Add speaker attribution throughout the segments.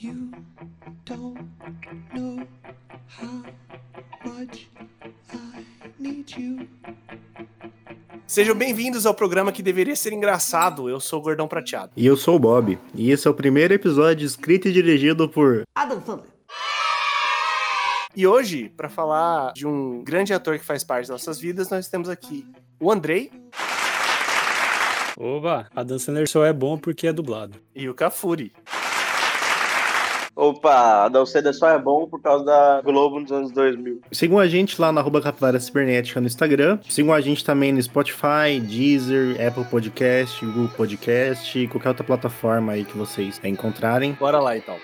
Speaker 1: You don't know how much I need you.
Speaker 2: Sejam bem-vindos ao programa que deveria ser engraçado. Eu sou o Gordão Prateado.
Speaker 3: E eu sou o Bob, e esse é o primeiro episódio escrito e dirigido por.
Speaker 4: Adam Sandler.
Speaker 2: E hoje, para falar de um grande ator que faz parte das nossas vidas, nós temos aqui o Andrei
Speaker 5: Oba, a Dan Sandler só é bom porque é dublado.
Speaker 2: e o Cafuri.
Speaker 6: Opa, a Dalceda só é bom por causa da Globo nos anos 2000.
Speaker 3: Sigam a gente lá na arroba Capilara Cibernética no Instagram. Sigam a gente também no Spotify, Deezer, Apple Podcast, Google Podcast e qualquer outra plataforma aí que vocês encontrarem.
Speaker 2: Bora lá então.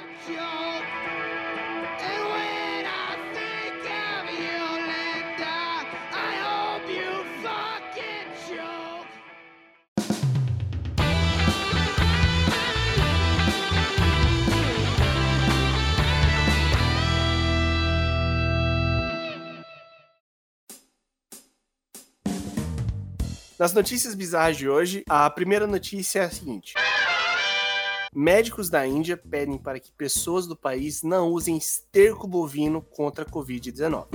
Speaker 2: Nas notícias bizarras de hoje, a primeira notícia é a seguinte: Médicos da Índia pedem para que pessoas do país não usem esterco bovino contra a Covid-19.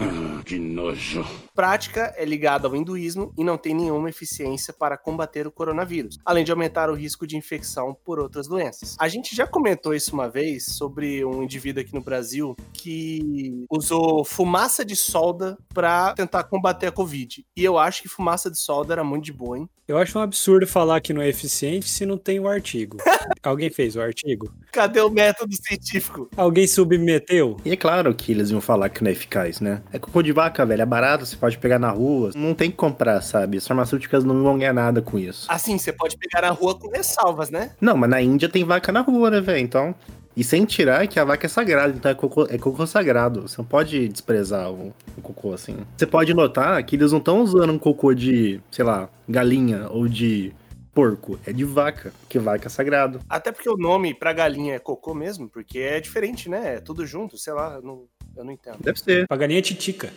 Speaker 7: Que nojo.
Speaker 2: prática é ligada ao hinduísmo e não tem nenhuma eficiência para combater o coronavírus, além de aumentar o risco de infecção por outras doenças. A gente já comentou isso uma vez sobre um indivíduo aqui no Brasil que usou fumaça de solda para tentar combater a Covid. E eu acho que fumaça de solda era muito de boa, hein?
Speaker 5: Eu acho um absurdo falar que não é eficiente se não tem o artigo. Alguém fez o artigo?
Speaker 2: Cadê o método científico?
Speaker 5: Alguém submeteu?
Speaker 3: E é claro que eles iam falar que não é eficaz, né? É cocô de vaca, velho. É barato, você pode pegar na rua. Não tem que comprar, sabe? As farmacêuticas não vão ganhar nada com isso.
Speaker 2: Assim, você pode pegar na rua com ressalvas, né?
Speaker 3: Não, mas na Índia tem vaca na rua, né, velho? Então. E sem tirar que a vaca é sagrada, então é cocô, é cocô sagrado. Você não pode desprezar o, o cocô assim. Você pode notar que eles não estão usando um cocô de, sei lá, galinha ou de porco. É de vaca, porque vaca é sagrado.
Speaker 2: Até porque o nome pra galinha é cocô mesmo, porque é diferente, né? É tudo junto, sei lá, eu não, eu não entendo.
Speaker 3: Deve ser.
Speaker 5: A galinha é titica.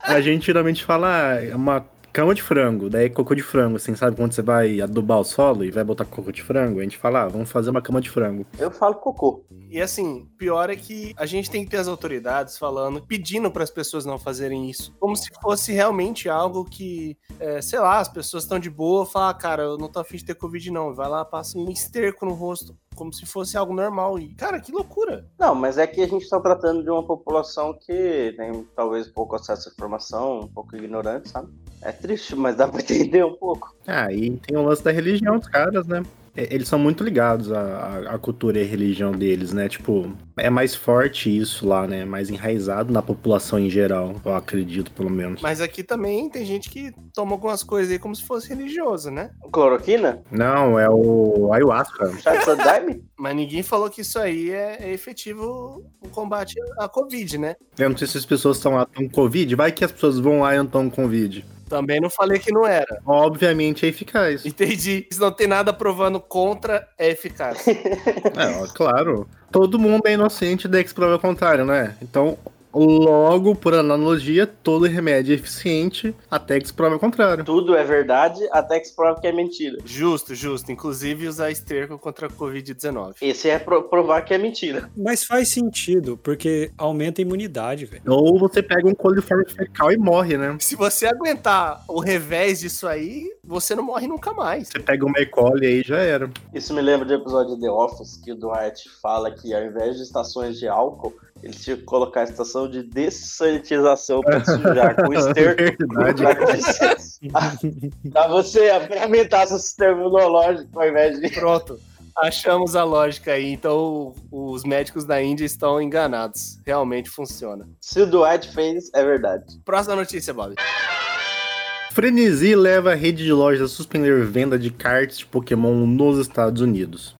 Speaker 3: A gente geralmente fala ah, é uma cama de frango, daí é cocô de frango, assim, sabe? Quando você vai adubar o solo e vai botar cocô de frango, a gente fala, ah, vamos fazer uma cama de frango.
Speaker 6: Eu falo cocô.
Speaker 2: E assim, pior é que a gente tem que ter as autoridades falando, pedindo para as pessoas não fazerem isso. Como se fosse realmente algo que, é, sei lá, as pessoas estão de boa, fala, "Ah, cara, eu não tô afim de ter Covid, não. Vai lá, passa um esterco no rosto. Como se fosse algo normal. E, cara, que loucura.
Speaker 6: Não, mas é que a gente tá tratando de uma população que tem talvez um pouco acesso à informação, um pouco ignorante, sabe? É triste, mas dá pra entender um pouco.
Speaker 3: Ah, e tem o lance da religião dos caras, né? É, Eles são muito ligados à, à- à cultura e à religião deles, né? Tipo, é mais forte isso lá, né? Mais enraizado na população em geral, eu acredito, pelo menos.
Speaker 2: Mas aqui também tem gente que toma algumas coisas aí como se fosse religiosa, né?
Speaker 6: Cloroquina?
Speaker 3: Não, é o ayahuasca.
Speaker 6: Chá de Sandaime?
Speaker 2: Mas ninguém falou que isso aí é, é efetivo no combate à Covid, né?
Speaker 3: Eu não sei se as pessoas estão lá com Covid. Vai que as pessoas vão lá e não estão com Covid.
Speaker 2: Também não falei que não era.
Speaker 3: Obviamente é eficaz.
Speaker 2: Entendi. Isso não tem nada provando contra é eficaz.
Speaker 3: É, ó, claro. Todo mundo é inocente daí que se prova o contrário, né? Então, logo, por analogia, todo remédio é eficiente até que se prova o contrário.
Speaker 6: Tudo é verdade até que se prove que é mentira.
Speaker 2: Justo, justo. Inclusive usar esterco contra a Covid-19.
Speaker 6: Esse é pro- provar que é mentira.
Speaker 5: Mas faz sentido, porque aumenta a imunidade, velho.
Speaker 3: Ou você pega um coliforme fecal e morre, né?
Speaker 2: Se você aguentar o revés disso aí, você não morre nunca mais.
Speaker 3: Você pega uma E. coli aí já era.
Speaker 6: Isso me lembra do episódio de The Office, que o Dwight fala que ao invés de estações de álcool, eles tinham que colocar a estação de dessanitização pra te sujar com Um esterco.
Speaker 3: Verdade.
Speaker 6: Pra você- pra você aumentar seu sistema imunológico ao invés de.
Speaker 2: Pronto. Achamos a lógica aí. Então, o- os médicos da Índia estão enganados. Realmente funciona.
Speaker 6: Se o Dwight fez, é verdade.
Speaker 2: Próxima notícia, Bob.
Speaker 3: Frenesi leva a rede de lojas a suspender venda de cards de Pokémon nos Estados Unidos.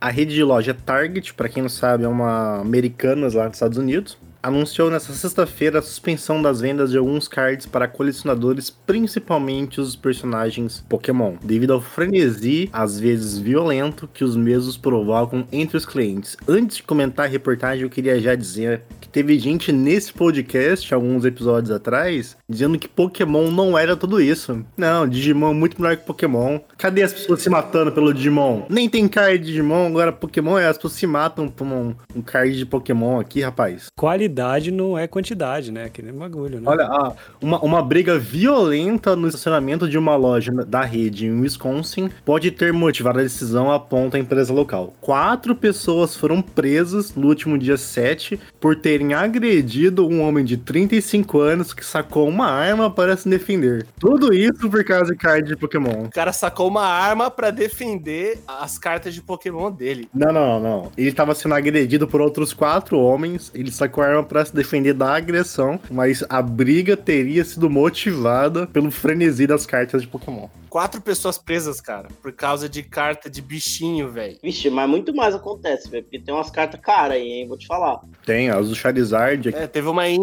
Speaker 3: A rede de loja Target, pra quem não sabe, é uma Americanas lá nos Estados Unidos, anunciou nesta sexta-feira a suspensão das vendas de alguns cards para colecionadores, principalmente os personagens Pokémon, devido ao frenesi, às vezes violento, que os mesmos provocam entre os clientes. Antes de comentar a reportagem, eu queria já dizer que Teve gente nesse podcast, alguns episódios atrás, dizendo que Pokémon não era tudo isso. Não, Digimon é muito melhor que Pokémon. Cadê as pessoas se matando pelo Digimon? Nem tem card de Digimon, agora Pokémon é, as pessoas se matam por um, um card de Pokémon aqui, rapaz.
Speaker 5: Qualidade não é quantidade, né? Que nem bagulho, né?
Speaker 3: Olha, ah, uma, uma briga violenta no estacionamento de uma loja da rede em Wisconsin pode ter motivado a decisão, aponta a empresa local. Quatro pessoas foram presas no último dia 7 por terem agredido um homem de 35 anos que sacou uma arma para se defender. Tudo isso por causa de card de Pokémon.
Speaker 2: O cara sacou uma arma pra defender as cartas de Pokémon dele.
Speaker 3: Não, não, não, não. Ele tava sendo agredido por outros quatro homens. Ele sacou a arma pra se defender da agressão, mas a briga teria sido motivada pelo frenesi das cartas de Pokémon.
Speaker 2: Quatro pessoas presas, cara, por causa de carta de bichinho, velho.
Speaker 6: Vixe, mas muito mais acontece, velho. Porque tem umas cartas caras aí, hein? Vou te falar.
Speaker 3: Tem as do Charizard.
Speaker 2: É, teve uma aí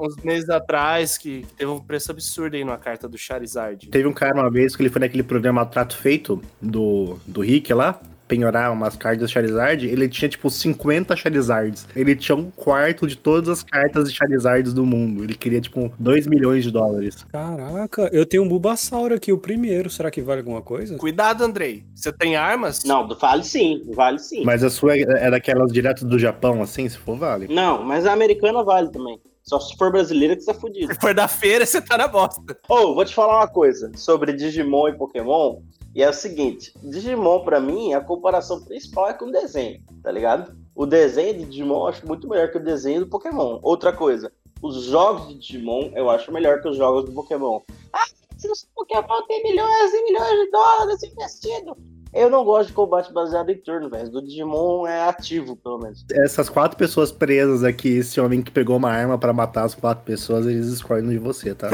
Speaker 2: uns meses atrás que que teve um preço absurdo aí numa carta do Charizard.
Speaker 3: Teve um cara uma vez que ele foi naquele programa Trato Feito do, do Rick lá. Penhorar umas cartas de Charizard, ele tinha tipo 50 Charizards. Ele tinha um quarto de todas as cartas de Charizards do mundo. Ele queria tipo 2 milhões de dólaures.
Speaker 5: Caraca, eu tenho um Bulbasaur aqui, o primeiro. Será que vale alguma coisa?
Speaker 2: Cuidado, Andrei. Você tem armas?
Speaker 6: Não, vale sim, vale sim.
Speaker 3: Mas a sua é, é daquelas direto do Japão, assim, se for, vale.
Speaker 6: Não, mas a americana vale também. Só se for brasileira que você é fudido.
Speaker 2: Se for da feira, você tá na bosta.
Speaker 6: Ô, vou te falar uma coisa sobre Digimon e Pokémon. E é o seguinte, Digimon pra mim, a comparação principal é com o desenho, tá ligado? O desenho de Digimon eu acho muito melhor que o desenho do Pokémon. Outra coisa, os jogos de Digimon eu acho melhor que os jogos do Pokémon. Ah, se o Pokémon tem milhões e milhões de dólares investido. Eu não gosto de combate baseado em turno, velho. Do Digimon é ativo, pelo menos.
Speaker 3: Essas quatro pessoas presas aqui, esse homem que pegou uma arma pra matar as quatro pessoas, eles escolhem de você, tá?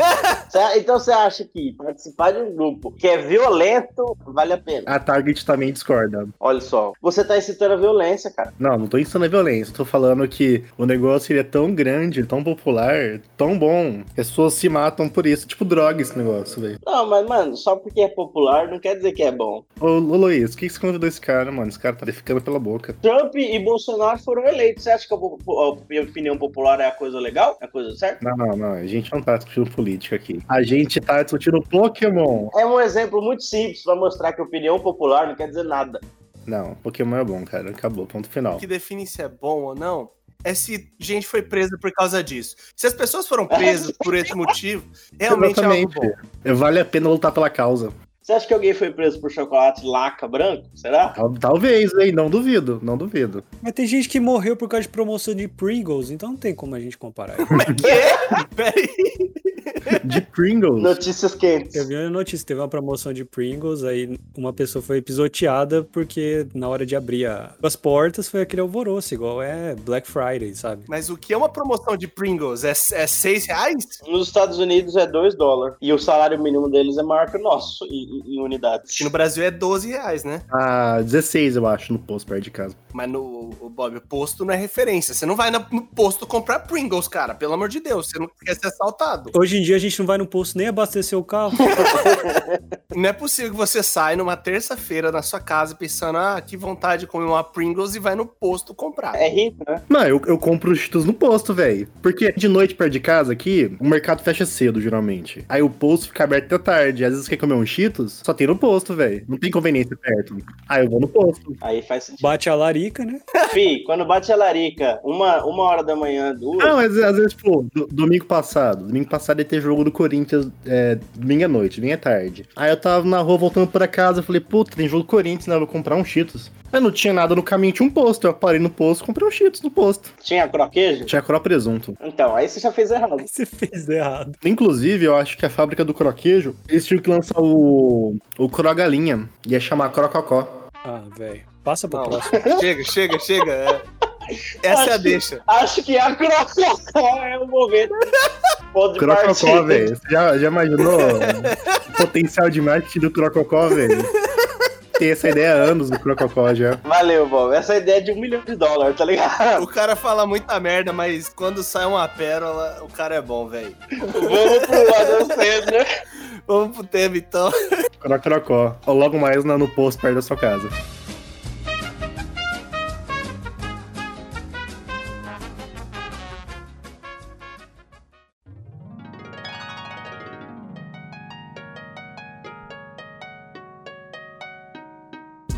Speaker 6: Cê- Então você acha que participar de um grupo que é violento vale a pena?
Speaker 3: A Target também discorda.
Speaker 6: Olha só, você tá incitando a violência, cara.
Speaker 3: Não, não tô insano a violência. Tô falando que o negócio ele é tão grande, tão popular, tão bom. que As pessoas se matam por isso. Tipo droga esse negócio, velho.
Speaker 6: Não, mas, mano, só porque é popular não quer dizer que é bom.
Speaker 3: Ô, ô, Luiz, o que, que você convidou esse cara, mano? Esse cara tá ficando pela boca.
Speaker 6: Trump e Bolsonaro foram eleitos. Você acha que a, po- a opinião popular é a coisa legal? É a coisa certa?
Speaker 3: Não, não, não. A gente não tá discutindo política aqui. A gente tá discutindo Pokémon.
Speaker 6: É um exemplo muito simples pra mostrar que opinião popular não quer dizer nada.
Speaker 3: Não, Pokémon é bom, cara. Acabou. Ponto
Speaker 2: O
Speaker 3: final.
Speaker 2: que define se é bom ou não é se gente foi presa por causa disso. Se as pessoas foram presas por esse motivo, realmente
Speaker 3: Exatamente.
Speaker 2: é algo bom.
Speaker 3: Vale a pena lutar pela causa.
Speaker 6: Você acha que alguém foi preso por chocolate laca branco? Será?
Speaker 3: Tal- Talvez, hein? Não duvido, não duvido.
Speaker 5: Mas tem gente que morreu por causa de promoção de Pringles, então não tem como a gente comparar.
Speaker 2: Como é que é? Peraí.
Speaker 3: De Pringles.
Speaker 6: Notícias quentes.
Speaker 5: Eu vi uma notícia, teve uma promoção de Pringles, aí uma pessoa foi pisoteada porque na hora de abrir a- as portas foi aquele alvoroço, igual é Black Friday, sabe?
Speaker 2: Mas o que é uma promoção de Pringles? É, é seis reais?
Speaker 6: Nos Estados Unidos é 2 dólares. E o salário mínimo deles é maior que o nosso em, em- em unidades.
Speaker 2: Que no Brasil é 12 reais, né?
Speaker 3: Ah, 16, eu acho, no posto perto de casa.
Speaker 2: Mas no o Bob, o posto não é referência. Você não vai na- no posto comprar Pringles, cara. Pelo amor de Deus, você não quer ser assaltado.
Speaker 5: Hoje em dia a gente não vai no posto nem abastecer o carro.
Speaker 2: Não é possível que você saia numa terça-feira na sua casa pensando, ah, que vontade de comer uma Pringles e vai no posto comprar.
Speaker 6: É rico, né?
Speaker 3: Não, eu, eu compro os Cheetos no posto, velho. Porque de noite perto de casa aqui, o mercado fecha cedo, geralmente. Aí o posto fica aberto até tarde. Às vezes quer comer um Cheetos, só tem no posto, velho. Não tem conveniência perto. Aí eu vou no posto.
Speaker 6: Aí faz sentido.
Speaker 5: Bate a larica, né?
Speaker 6: Fih, quando bate a larica, uma, uma hora da manhã, duas,
Speaker 3: Não, mas às vezes, tipo, do- domingo passado. Domingo passado ia ter jogo do Corinthians, é, domingo à noite, domingo à tarde. Aí eu tava na rua voltando pra casa, eu falei, puta, tem jogo do Corinthians, né? Eu vou comprar um Cheetos. Aí não tinha nada no caminho, tinha um posto. Eu parei no posto, comprei um Cheetos no posto.
Speaker 6: tinha croquejo?
Speaker 3: Tinha cro presunto.
Speaker 6: Então, aí você já fez errado.
Speaker 5: Você fez errado.
Speaker 3: Inclusive, eu acho que a fábrica do croquejo, eles tinham que lançar o, o Crogalinha. Ia chamar Crococó.
Speaker 5: Ah, velho. Passa pro
Speaker 2: Não.
Speaker 5: próximo.
Speaker 2: Chega, chega, chega. é. Essa é a
Speaker 6: Acho-
Speaker 2: deixa.
Speaker 6: Acho que a crococó é o momento. Pode
Speaker 3: Crococó,
Speaker 6: partir.
Speaker 3: velho. Você já, já imaginou o potencial de marketing do Crococó, velho? Tem essa ideia há anos do Crococó já.
Speaker 6: Valeu, Bob. Essa ideia é de um milhão de dólares, tá ligado?
Speaker 2: O cara fala muita merda, mas quando sai uma pérola, o cara é bom, velho.
Speaker 6: Vamos pro lado cedo, né?
Speaker 2: Vamos pro tema, então.
Speaker 3: Crococó. Ou logo mais na- no posto perto da sua casa.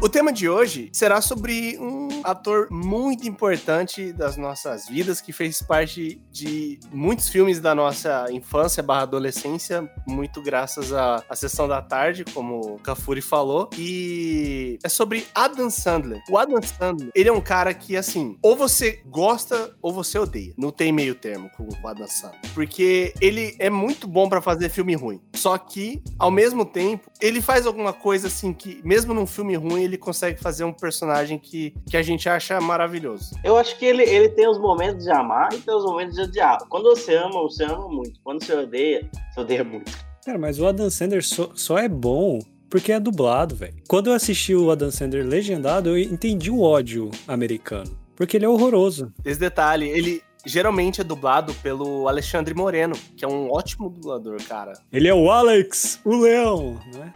Speaker 2: O tema de hoje será sobre um ator muito importante das nossas vidas, que fez parte de muitos filmes da nossa infância barra adolescência, muito graças à, à Sessão da Tarde, como o Cafuri falou. E é sobre Adam Sandler. O Adam Sandler, ele é um cara que, assim, ou você gosta ou você odeia. Não tem meio termo com o Adam Sandler. Porque ele é muito bom pra fazer filme ruim. Só que, ao mesmo tempo, ele faz alguma coisa assim que, mesmo num filme ruim, ele consegue fazer um personagem que, que a gente acha maravilhoso.
Speaker 6: Eu acho que ele, ele tem os momentos de amar e tem os momentos de odiar. Quando você ama, você ama muito. Quando você odeia, você odeia muito.
Speaker 5: Cara, mas o Adam Sandler só, só é bom porque é dublado, velho. Quando eu assisti o Adam Sandler legendado, eu entendi o ódio americano. Porque ele é horroroso.
Speaker 2: Esse detalhe, ele geralmente é dublado pelo Alexandre Moreno, que é um ótimo dublador, cara.
Speaker 5: Ele é o Alex, o leão, né?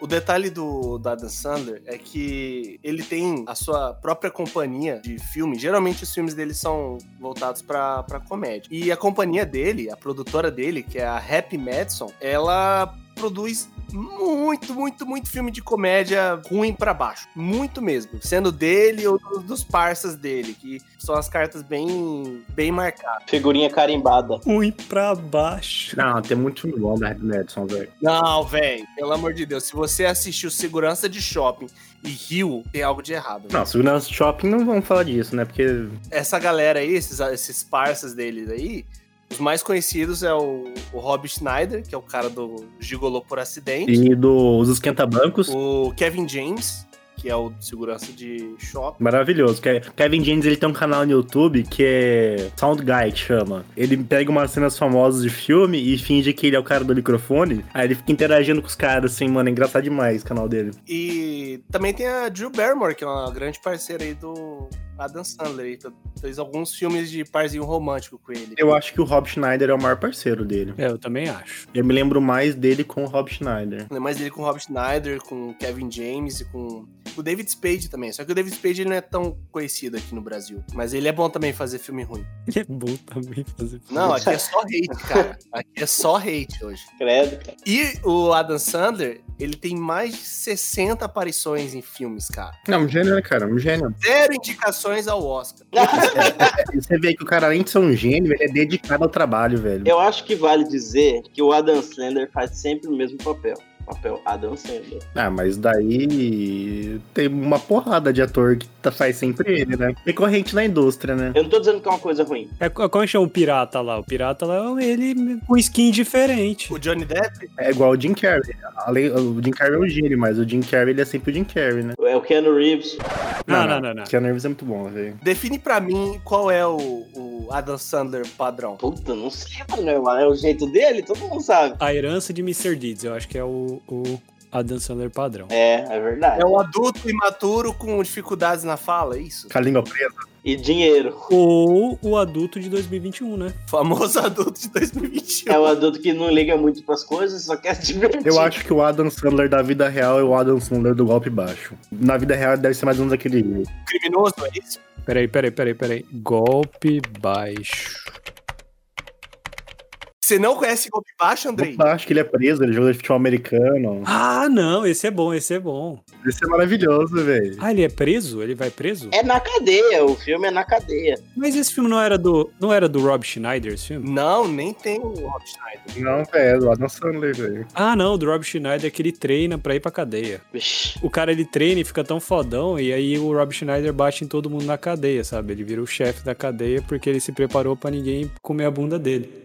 Speaker 2: O detalhe do, do Adam Sandler é que ele tem a sua própria companhia de filme. Geralmente os filmes dele são voltados pra, pra comédia. E a companhia dele, a produtora dele, que é a Happy Madison, ela produz muito, muito, muito filme de comédia ruim pra baixo. Muito mesmo. Sendo dele ou do- dos parças dele, que são as cartas bem, bem marcadas.
Speaker 6: Figurinha carimbada.
Speaker 5: Ruim Um pra baixo.
Speaker 3: Não, tem muito filme bom da Happy Madison, velho.
Speaker 2: Não, velho, pelo amor de Deus. Se você assistiu Segurança de Shopping e Rio, tem algo de errado. velho.
Speaker 3: Não, segurança de shopping não vamos falar disso, né? Porque
Speaker 2: essa galera aí, esses, esses parças deles aí, os mais conhecidos é o, o Rob Schneider, que é o cara do Gigolô por Acidente,
Speaker 3: e dos esquenta-bancos,
Speaker 2: o Kevin James, que é o de segurança de shopping.
Speaker 3: Maravilhoso. Ke- Kevin James, ele tem um canal no YouTube que é Sound Guy, que chama. Ele pega umas cenas famosas de filme e finge que ele é o cara do microfone. Aí ele fica interagindo com os caras, assim, mano. É engraçado demais o canal dele.
Speaker 2: E também tem a Drew Barrymore, que é uma grande parceira aí do Adam Sandler. aí, Fez alguns filmes de parzinho romântico com ele.
Speaker 3: Eu acho que o Rob Schneider é o maior parceiro dele.
Speaker 5: É, eu também acho.
Speaker 3: Eu me lembro mais dele com o Rob Schneider.
Speaker 2: Lembro mais dele com o Rob Schneider, com o Kevin James e com o David Spade também. Só que o David Spade ele não é tão conhecido aqui no Brasil. Mas ele é bom também fazer filme ruim.
Speaker 5: Ele é bom também fazer
Speaker 2: Não, aqui é só hate, cara. Aqui é só hate hoje.
Speaker 6: Credo, cara.
Speaker 2: E o Adam Sandler, ele tem mais de 60 aparições em filmes, cara.
Speaker 3: Não, um gênio, né, cara? Um gênio.
Speaker 2: Zero indicações ao Oscar.
Speaker 3: Você vê que o cara, além de ser um gênio, ele é dedicado ao trabalho, velho.
Speaker 6: Eu acho que vale dizer que o Adam Sandler faz sempre o mesmo papel. Papel Adam Sandler.
Speaker 3: Ah, mas daí tem uma porrada de ator que tá- faz sempre ele, né? Recorrente na indústria, né?
Speaker 6: Eu não tô dizendo que é uma coisa ruim.
Speaker 5: É, co- como é que chama o pirata lá? O pirata lá, é um, ele com skin diferente.
Speaker 2: O Johnny Depp,
Speaker 3: É igual o Jim Carrey. Além, o Jim Carrey é um gênio, mas o Jim Carrey ele é sempre o Jim Carrey, né?
Speaker 6: É o Keanu Reeves.
Speaker 5: Não, não, não, não.
Speaker 3: Keanu Reeves é muito bom, velho.
Speaker 2: define pra mim qual é o, o Adam Sandler padrão.
Speaker 6: Puta, não sei, mano. mas É o jeito dele, todo mundo sabe.
Speaker 5: A herança de Mr. Deeds, eu acho que é o, o Adam Sandler padrão.
Speaker 6: É, é verdade.
Speaker 2: É um adulto imaturo com dificuldades na fala, é isso?
Speaker 3: Com a língua presa.
Speaker 6: E dinheiro.
Speaker 5: Ou o adulto de 2021, né?
Speaker 2: Famoso adulto de 2021.
Speaker 6: É um adulto que não liga muito pras coisas, só quer se divertir.
Speaker 3: Eu acho que o Adam Sandler da vida real é o Adam Sandler do golpe baixo. Na vida real ele deve ser mais um daquele jeito.
Speaker 2: Criminoso, é isso?
Speaker 5: Peraí, peraí, peraí, peraí. Golpe baixo.
Speaker 2: Você não conhece Golpe Baixo,
Speaker 3: Golpe
Speaker 2: Andrei?
Speaker 3: baixo que ele é preso, ele joga de futebol americano.
Speaker 5: Ah, não, esse é bom, esse é bom.
Speaker 3: Isso é maravilhoso, velho.
Speaker 5: Ah, ele é preso? Ele vai preso?
Speaker 6: É na cadeia, o filme é na cadeia.
Speaker 5: Mas esse filme não era do não era do Rob Schneider, esse filme?
Speaker 2: Não, nem tem o Rob Schneider.
Speaker 3: Não, velho, é do Adam Sandler, velho.
Speaker 5: Ah, não, do Rob Schneider que ele treina pra ir pra cadeia.
Speaker 6: Vixi.
Speaker 5: O cara ele treina e fica tão fodão e aí o Rob Schneider bate em todo mundo na cadeia, sabe? Ele vira o chefe da cadeia porque ele se preparou pra ninguém comer a bunda dele.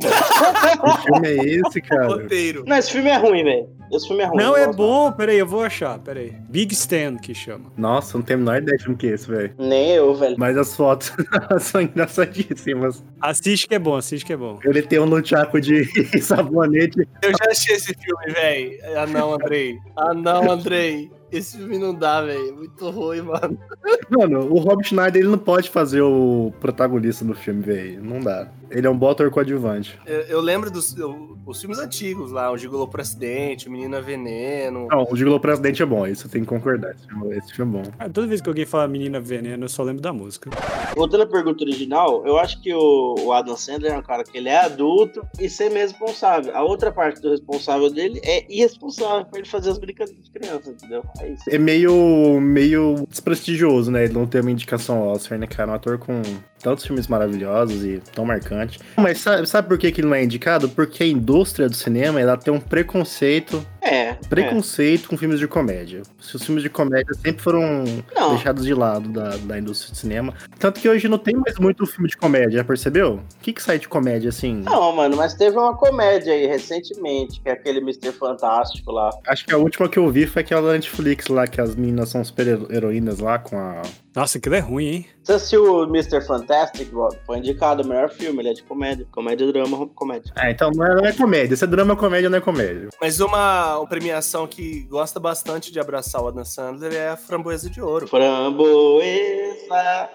Speaker 3: Que filme é esse, cara?
Speaker 2: Roteiro.
Speaker 6: Não, esse filme é ruim, velho. Esse filme é ruim.
Speaker 5: Não é
Speaker 6: gosto.
Speaker 5: bom, peraí, eu vou achar, peraí. Big Stan que chama.
Speaker 3: Nossa, não tenho a menor ideia de filme que é esse, velho.
Speaker 6: Nem eu, velho.
Speaker 3: Mas as fotos são engraçadíssimas.
Speaker 5: Assiste que é bom, assiste que é bom.
Speaker 3: Ele tem um nunchaku de sabonete
Speaker 2: Eu já achei esse filme, velho. Ah, não, Andrei. Ah, não, Andrei. Esse filme não dá, velho. É Muito ruim, mano.
Speaker 3: Mano, o Rob Schneider ele não pode fazer o protagonista do filme, velho. Não dá. Ele é um bom com adjuvante.
Speaker 2: Eu, eu lembro dos eu- os filmes antigos lá, o Gigolô pro Acidente, o Menino é Veneno.
Speaker 3: Não, o Gigolo Presidente é bom, isso eu tenho que concordar. Esse filme, esse filme é bom.
Speaker 5: Cara, Ah, toda vez que alguém fala Menina Veneno, eu só lembro da música.
Speaker 6: Voltando à pergunta original, eu acho que o, o Adam Sandler é um cara que ele é adulto e ser mesmo responsável. A outra parte do responsável dele é irresponsável pra ele fazer as brincadeiras de criança, entendeu? É isso.
Speaker 3: É meio, meio desprestigioso, né? Ele não ter uma indicação ao Oscar, né, cara? Um ator com tantos filmes maravilhosos e tão marcante. Mas sabe, sabe por que, que ele não é indicado? Porque a indústria do cinema ela tem um preconceito
Speaker 6: É. é.
Speaker 3: preconceito com filmes de comédia. Os filmes de comédia sempre foram
Speaker 6: Não.
Speaker 3: deixados de lado da, da indústria do cinema. Tanto que hoje não tem mais muito filme de comédia, já percebeu? O que, que sai de comédia, assim?
Speaker 6: Não, mano, mas teve uma comédia aí recentemente, que é aquele Mr. Fantástico lá.
Speaker 3: Acho que a última que eu vi foi aquela da Netflix lá, que as meninas são super heroínas lá com a.
Speaker 5: Nossa, aquilo é ruim, hein?
Speaker 6: Você assistiu o Mr. Fantastic, Rob? Foi indicado o melhor filme, ele é de comédia. Comédia, drama, rom- comédia.
Speaker 3: Ah, então não é, não é comédia. Se é drama, comédia não é comédia.
Speaker 2: Mas uma, uma premiação que gosta bastante de abraçar o Adam Sandler é a Framboesa de Ouro.
Speaker 6: Framboesa. Ah,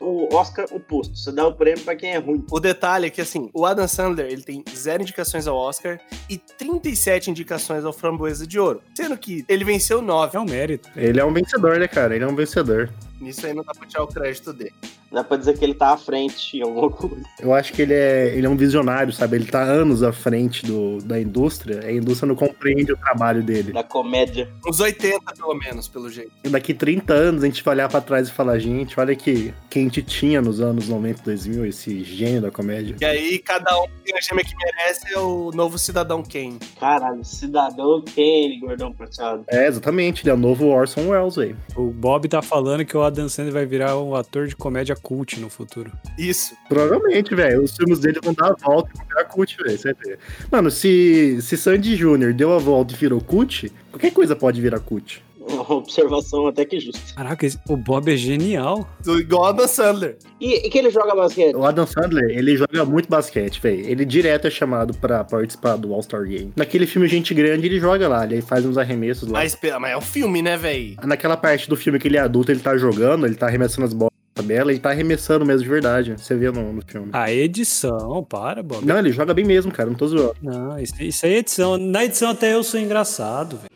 Speaker 6: O Oscar oposto. Você dá o prêmio pra quem é ruim.
Speaker 2: O detalhe é que, assim, o Adam Sandler, ele tem zero indicações ao Oscar e 37 indicações ao Framboesa de Ouro. Sendo que ele venceu nove.
Speaker 5: É um mérito.
Speaker 3: Ele é um vencedor, né, cara? Ele é um vencedor.
Speaker 2: Nisso aí não dá pra tirar o crédito dele.
Speaker 6: Dá pra dizer que ele tá à frente em alguma coisa.
Speaker 3: Eu acho que ele é, ele é um visionário, sabe? Ele tá anos à frente do, da indústria. A indústria não compreende o trabalho dele.
Speaker 6: Da comédia.
Speaker 2: Uns 80, pelo menos, pelo jeito.
Speaker 3: daqui 30 anos a gente vai olhar pra trás e falar, gente, olha que quem a gente tinha nos anos 90 e 2000, esse gênio da comédia.
Speaker 2: E aí, cada um tem a gema que merece é o novo cidadão Kane.
Speaker 6: Caralho, cidadão Kane, gordão prateado.
Speaker 3: É, exatamente, ele é o novo Orson Welles, velho.
Speaker 5: O Bob tá falando que o Adam Sandler vai virar um ator de comédia cult no futuro.
Speaker 2: Isso.
Speaker 3: Provavelmente, velho, os filmes dele vão dar a volta e vão virar cult, velho, certeza. Mano, se, se Sandy Jr. deu a volta e virou cult, qualquer coisa pode virar cult.
Speaker 6: É Uma observação até que justa.
Speaker 5: Caraca, esse- o Bob é genial.
Speaker 2: Do- Igual o Adam Sandler.
Speaker 6: E, e que ele joga basquete?
Speaker 3: O Adam Sandler, ele joga muito basquete, velho. Ele direto é chamado pra participar do All-Star Game. Naquele filme Gente Grande, ele joga lá, ele faz uns arremessos lá.
Speaker 2: Mas, pe- mas é um filme, né, véi?
Speaker 3: Naquela parte do filme que ele é adulto, ele tá jogando, ele tá arremessando as bolas na tabela, ele tá arremessando mesmo de verdade. Você vê no, no filme.
Speaker 5: A edição, para, Bob.
Speaker 3: Não, ele joga bem mesmo, cara, não tô zoando.
Speaker 5: Não, isso, isso aí é edição. Na edição até eu sou engraçado, velho.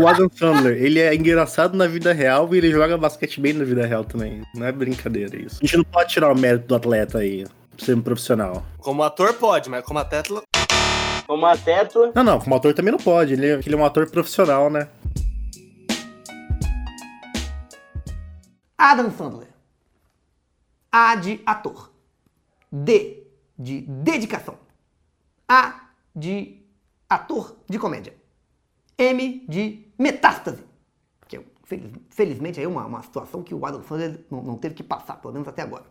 Speaker 3: O Adam Sandler, ele é engraçado na vida real e ele joga basquete bem na vida real também. Não é brincadeira isso. A gente não pode tirar o mérito do atleta aí, pra ser um profissional.
Speaker 2: Como ator pode, mas como atleta,
Speaker 6: Como a tétula.
Speaker 3: Não, não, como ator também não pode, ele é, ele é um ator profissional, né?
Speaker 1: Adam Sandler. A de ator. D de dedicação. A de ator de comédia. M de metástase. Que é, feliz- felizmente é uma, uma situação que o Adam Sandler não, não teve que passar, pelo menos até agora.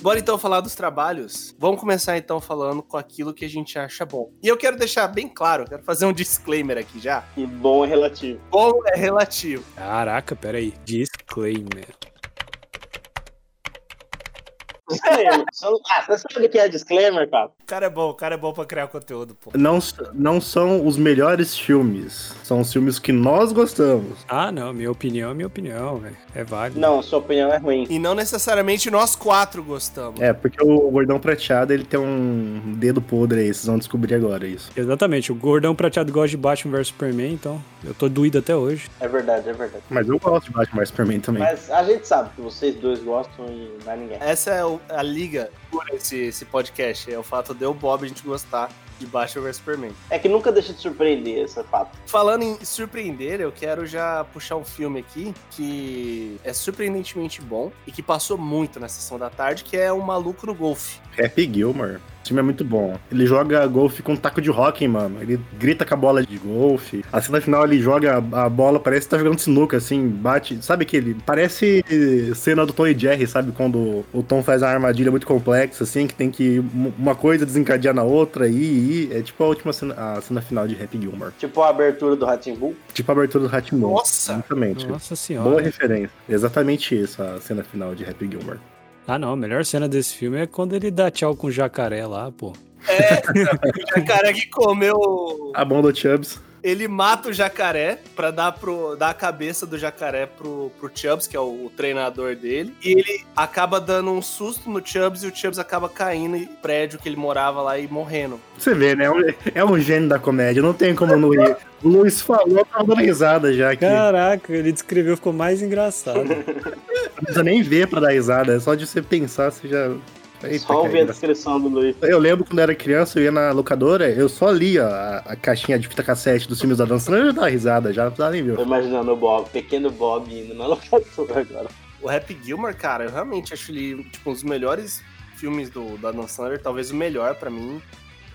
Speaker 2: Bora então falar dos trabalhos. Vamos começar então falando com aquilo que a gente acha bom. E eu quero deixar bem claro, quero fazer um disclaimer aqui já.
Speaker 6: E bom é relativo.
Speaker 2: Bom é relativo.
Speaker 5: Caraca, peraí. Disclaimer.
Speaker 6: Disclaimer. Só- ah, você sabe o que é disclaimer, cara?
Speaker 2: O cara é bom, o cara é bom pra criar conteúdo, pô.
Speaker 3: Não, s- não são os melhores filmes, são os filmes que nós gostamos.
Speaker 5: Ah, não, minha opinião é minha opinião, velho. É válido.
Speaker 6: Não, sua opinião é ruim.
Speaker 2: E não necessariamente nós quatro gostamos.
Speaker 3: É, porque o Gordão Prateado, ele tem um dedo podre aí, vocês vão descobrir agora isso.
Speaker 5: Exatamente, o gordão prateado gosta de Batman vs Superman, então eu tô doído até hoje.
Speaker 6: É verdade, é verdade.
Speaker 3: Mas eu gosto de Batman por mim também.
Speaker 6: Mas a gente sabe que vocês dois gostam e mais ninguém.
Speaker 2: Essa é o- a liga por esse, esse podcast. É o fato de eu, Bob, a gente gostar de Batman vs Superman.
Speaker 6: É que nunca deixa de surpreender esse fato.
Speaker 2: Falando em surpreender, eu quero já puxar um filme aqui que é surpreendentemente bom e que passou muito na sessão da tarde, que é O Maluco no Golfe.
Speaker 3: Happy Gilmore. Esse time é muito bom. Ele joga golfe com um taco de hóquei, mano. Ele grita com a bola de golfe. A cena final ele joga a a bola, parece que tá jogando sinuca, assim, bate. Sabe aquele? Parece cena do Tom e Jerry, sabe? Quando o Tom faz uma armadilha muito complexa, assim, que tem que um- uma coisa desencadear na outra e, e é tipo a última cena, a cena final de Happy Gilmore.
Speaker 6: Tipo a abertura do Ratimbu.
Speaker 3: Tipo a abertura do Hatmon.
Speaker 2: Nossa!
Speaker 3: Exatamente.
Speaker 5: Nossa
Speaker 3: Boa
Speaker 5: senhora.
Speaker 3: referência. Exatamente isso, a cena final de Happy Gilmore.
Speaker 5: Ah, não, a melhor cena desse filme é quando ele dá tchau com o jacaré lá, pô.
Speaker 2: É, o jacaré que comeu.
Speaker 3: A mão do Chubbs.
Speaker 2: Ele mata o jacaré pra dar, pro, dar a cabeça do jacaré pro, pro Chubbs, que é o, o treinador dele. E ele acaba dando um susto no Chubbs e o Chubbs acaba caindo em prédio que ele morava lá e morrendo.
Speaker 3: Você vê, né? É um, é um gênio da comédia, não tem como não rir. O Luiz falou, eu tava dando risada já aqui. Não
Speaker 5: Caraca, ele descreveu, ficou mais engraçado.
Speaker 3: precisa nem ver pra dar risada, é só de você pensar, você já... Eita, que
Speaker 6: Só ouvir a
Speaker 3: engraçado.
Speaker 6: descrição do Luiz.
Speaker 3: Eu lembro quando eu era criança, eu ia na locadora, eu só lia a, a caixinha de fita cassete dos filmes da dança, eu já dava risada, já não precisava nem ver.
Speaker 6: Tô imaginando o Bob, pequeno Bob indo na locadora agora.
Speaker 2: O Happy Gilmore, cara, eu realmente acho ele tipo, um dos melhores filmes do, da Dan Sandler, talvez o melhor pra mim.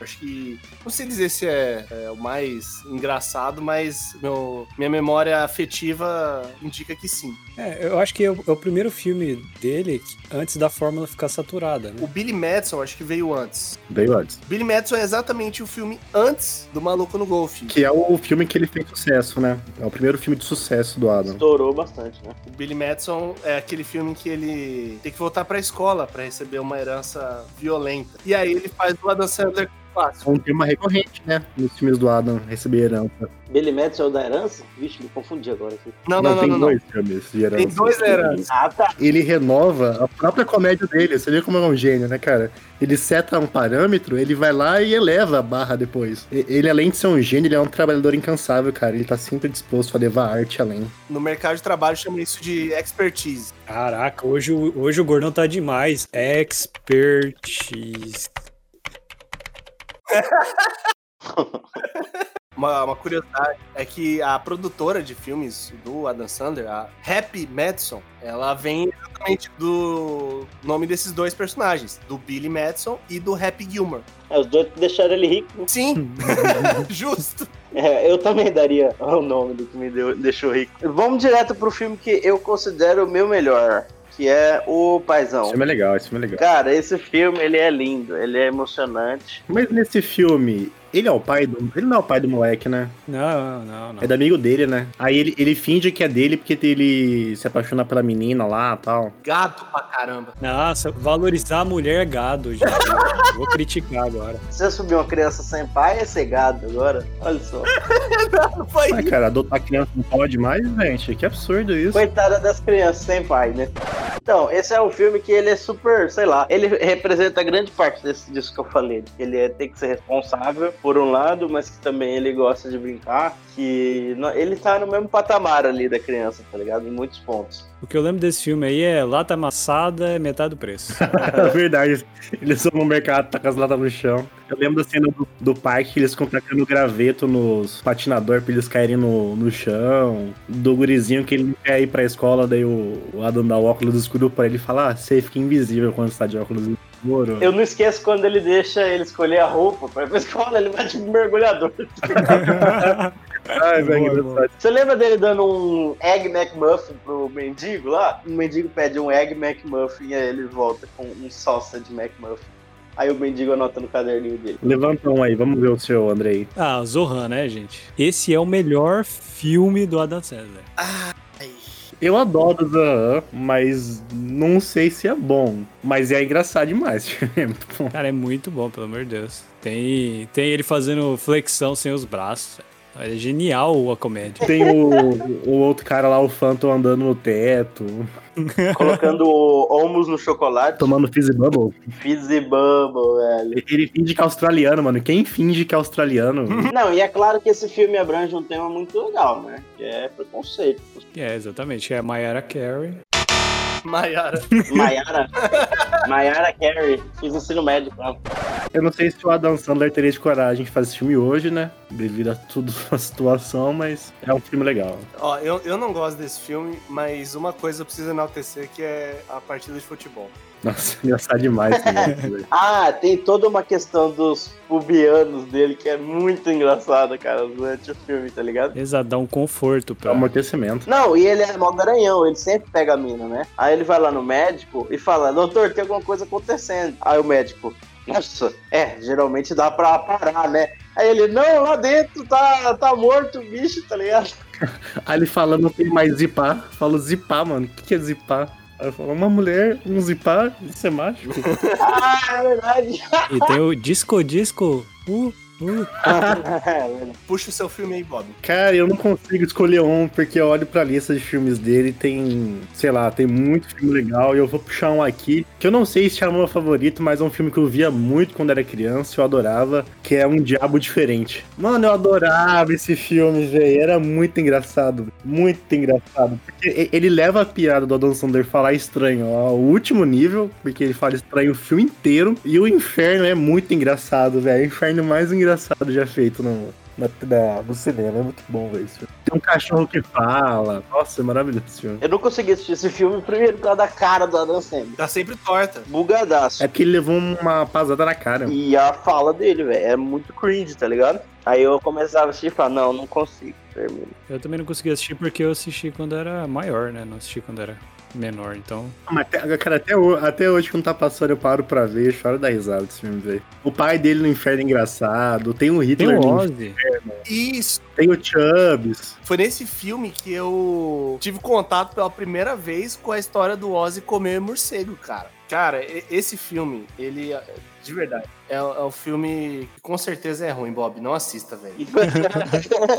Speaker 2: Acho que. Não sei dizer se é, é o mais engraçado, mas meu- minha memória afetiva indica que sim.
Speaker 5: É, eu acho que é o, é o primeiro filme dele que- antes da fórmula ficar saturada, né?
Speaker 2: O Billy Madison, acho que veio antes.
Speaker 3: Veio antes.
Speaker 2: Billy Madison é exatamente o filme antes do Maluco no Golfe.
Speaker 3: Que é o filme que ele fez sucesso, né? É o primeiro filme de sucesso do Adam.
Speaker 6: Estourou bastante, né?
Speaker 2: O Billy Madison é aquele filme que ele tem que voltar pra escola pra receber uma herança violenta. E aí ele faz o Adam Sandler clássico.
Speaker 3: É um tema recorrente, né? Nos filmes do Adam, receber herança.
Speaker 6: Billy Madison é o da herança? Vixe, me confundi agora aqui.
Speaker 2: Não, não, não,
Speaker 3: tem
Speaker 2: não. não.
Speaker 3: dois filmes de herança.
Speaker 2: Tem dois da
Speaker 3: É.
Speaker 2: herança.
Speaker 6: Ah, tá.
Speaker 3: Ele renova a própria comédia dele. Você vê como é um gênio, né, cara? Ele seta um parâmetro, ele vai lá e eleva a barra depois. E- Ele, além de ser um gênio, ele é um trabalhador incansável, cara. Ele tá sempre disposto a levar a arte além.
Speaker 2: No mercado de trabalho chama isso de expertise.
Speaker 5: Caraca, hoje, o- hoje o gordão tá demais. Expertise.
Speaker 2: Uma, uma curiosidade é que a produtora de filmes do Adam Sandler, a Happy Madison, ela vem exatamente do nome desses dois personagens, do Billy Madison e do Happy Gilmore.
Speaker 6: É, os dois deixaram ele rico.
Speaker 2: Sim, justo.
Speaker 6: É, eu também daria o nome do que me deu- deixou rico. Vamos direto pro filme que eu considero o meu melhor, que é o Paizão.
Speaker 3: é legal, esse filme é legal.
Speaker 6: Cara, esse filme, ele é lindo, ele é emocionante.
Speaker 3: Mas nesse filme, ele é o pai do. Ele não é o pai do moleque, né?
Speaker 5: Não, não, não.
Speaker 3: É do amigo dele, né? Aí ele, ele finge que é dele porque ele se apaixona pela menina lá e tal.
Speaker 2: Gato pra caramba.
Speaker 5: Nossa, valorizar a mulher é gado, gente. Eu Vou criticar agora.
Speaker 6: Se eu subir uma criança sem pai, é cegado agora. Olha só.
Speaker 2: Não foi
Speaker 3: Mas, cara, adotar criança não pode mais, gente. Que absurdo isso.
Speaker 6: Coitada das crianças sem pai, né? Então, esse é um filme que ele é super, sei lá, ele representa grande parte desse, disso que eu falei. de que Ele é, tem que ser responsável, por um lado, mas que também ele gosta de brincar, que no- ele tá no mesmo patamar ali da criança, tá ligado? Em muitos pontos.
Speaker 5: O que eu lembro desse filme aí é lata amassada é metade do preço.
Speaker 3: É verdade, eles vão no mercado, tacam as latas no chão. Eu lembro da cena do, do parque, eles ficam tacando graveto nos patinadores pra eles caírem no, no chão. Do gurizinho que ele não quer ir pra escola, daí o, o Adam dá o óculos escuro pra ele e fala: ah, você fica invisível quando você tá de óculos escuro.
Speaker 6: Eu não esqueço quando ele deixa ele escolher a roupa pra ir pra escola, ele vai de mergulhador.
Speaker 3: Ai, velho,
Speaker 5: Boa,
Speaker 3: engraçado.
Speaker 5: boa.
Speaker 6: Você lembra dele dando um Egg McMuffin pro mendigo lá? O mendigo pede um Egg McMuffin e aí ele volta com um sausage McMuffin. Aí o mendigo anota no caderninho dele.
Speaker 3: Levanta um aí, vamos ver o seu, Andrei.
Speaker 5: Ah, Zohan, né, gente? Esse é o melhor filme do Adam Sandler.
Speaker 3: Eu adoro Zahn, mas não sei se é bom. Mas é engraçado demais. é muito bom.
Speaker 5: Cara, é muito bom, pelo amor de Deus. Tem, tem ele fazendo flexão sem os braços. É genial a comédia.
Speaker 3: Tem o, o outro cara lá, o Phantom, andando no teto,
Speaker 6: Colocando o Omos no chocolate.
Speaker 3: tomando Fizzy Bubble.
Speaker 6: Fizzy Bubble, velho.
Speaker 3: Ele finge que é australiano, mano. Quem finge que é australiano?
Speaker 6: Não, e é claro que esse filme abrange um tema muito legal, né? Que é preconceito.
Speaker 5: É, exatamente. É a Mayara Carey.
Speaker 2: Maiara.
Speaker 6: Mayara. Mayara Carey. Fiz ensino médio com ela.
Speaker 3: Eu não sei se o Adam Sandler teria de coragem de fazer esse filme hoje, né? Devido a tudo a situação, mas é um filme legal.
Speaker 2: Ó, eu, eu não gosto desse filme, mas uma coisa eu preciso enaltecer que é a partida de futebol.
Speaker 3: Nossa, engraçado demais. esse né? negócio, velho.
Speaker 6: Ah, tem toda uma questão dos pubianos dele que é muito engraçada, cara, durante o filme, tá ligado?
Speaker 5: Eles dá um
Speaker 3: É
Speaker 5: conforto
Speaker 3: um
Speaker 5: pra.
Speaker 3: amortecimento.
Speaker 6: Não, e ele é mó garanhão, ele sempre pega a mina, né? Aí ele vai lá no médico e fala, doutor, tem alguma coisa acontecendo. Aí o médico, nossa, é, geralmente dá pra parar, né? Aí ele, não, lá dentro tá, tá morto o bicho, tá ligado?
Speaker 3: Aí ele fala, não tem mais zipar. Falo zipar, mano. O que que é zipar? Ela falou, uma mulher, um zipar, isso é mágico.
Speaker 6: Ah, é verdade.
Speaker 5: E tem o Disco Disco. Uh, uh.
Speaker 6: É verdade.
Speaker 2: Puxa o seu filme aí, Bob.
Speaker 3: Cara, eu não consigo escolher um, porque eu olho pra lista de filmes dele e tem, sei lá, tem muito filme legal. E eu vou puxar um aqui, que eu não sei se é o meu favorito, mas é um filme que eu via muito quando era criança, eu adorava, que é Um Diabo Diferente. Mano, eu adorava esse filme, velho. Era muito engraçado. Muito engraçado. Porque e- ele leva a piada do Adam Sandler falar estranho ao último nível, porque ele fala estranho o filme inteiro. E o inferno é muito engraçado, velho. É o inferno mais engraçado já feito no, na, na- no cinema. É muito bom ver isso. Tem um cachorro que fala. Nossa, é maravilhoso esse filme.
Speaker 6: Eu não consegui assistir esse filme, primeiro por causa da cara do Adam Sandler.
Speaker 2: Tá sempre torta.
Speaker 6: Bugadaço.
Speaker 3: É porque ele levou uma pasada na cara.
Speaker 6: E a fala dele, velho, é muito cringe, tá ligado? Aí eu começava a assistir e falava, não, não consigo, termino.
Speaker 5: Eu também não consegui assistir porque eu assisti quando era maior, né? Não assisti quando era menor, então.
Speaker 3: Ah, Mas até, cara, até, ho- até hoje, quando tá passando, eu paro pra ver. Choro da risada desse filme, velho. O pai dele no inferno é engraçado. Tem o
Speaker 5: Tem
Speaker 3: Hitler
Speaker 5: o
Speaker 3: no
Speaker 5: Ozzy.
Speaker 2: Isso.
Speaker 3: Tem o Chubbs.
Speaker 2: Foi nesse filme que eu tive contato pela primeira vez com a história do Ozzy comer morcego, cara. Cara, e- esse filme, ele. é- De verdade. É, é um filme que com certeza é ruim, Bob. Não assista, velho.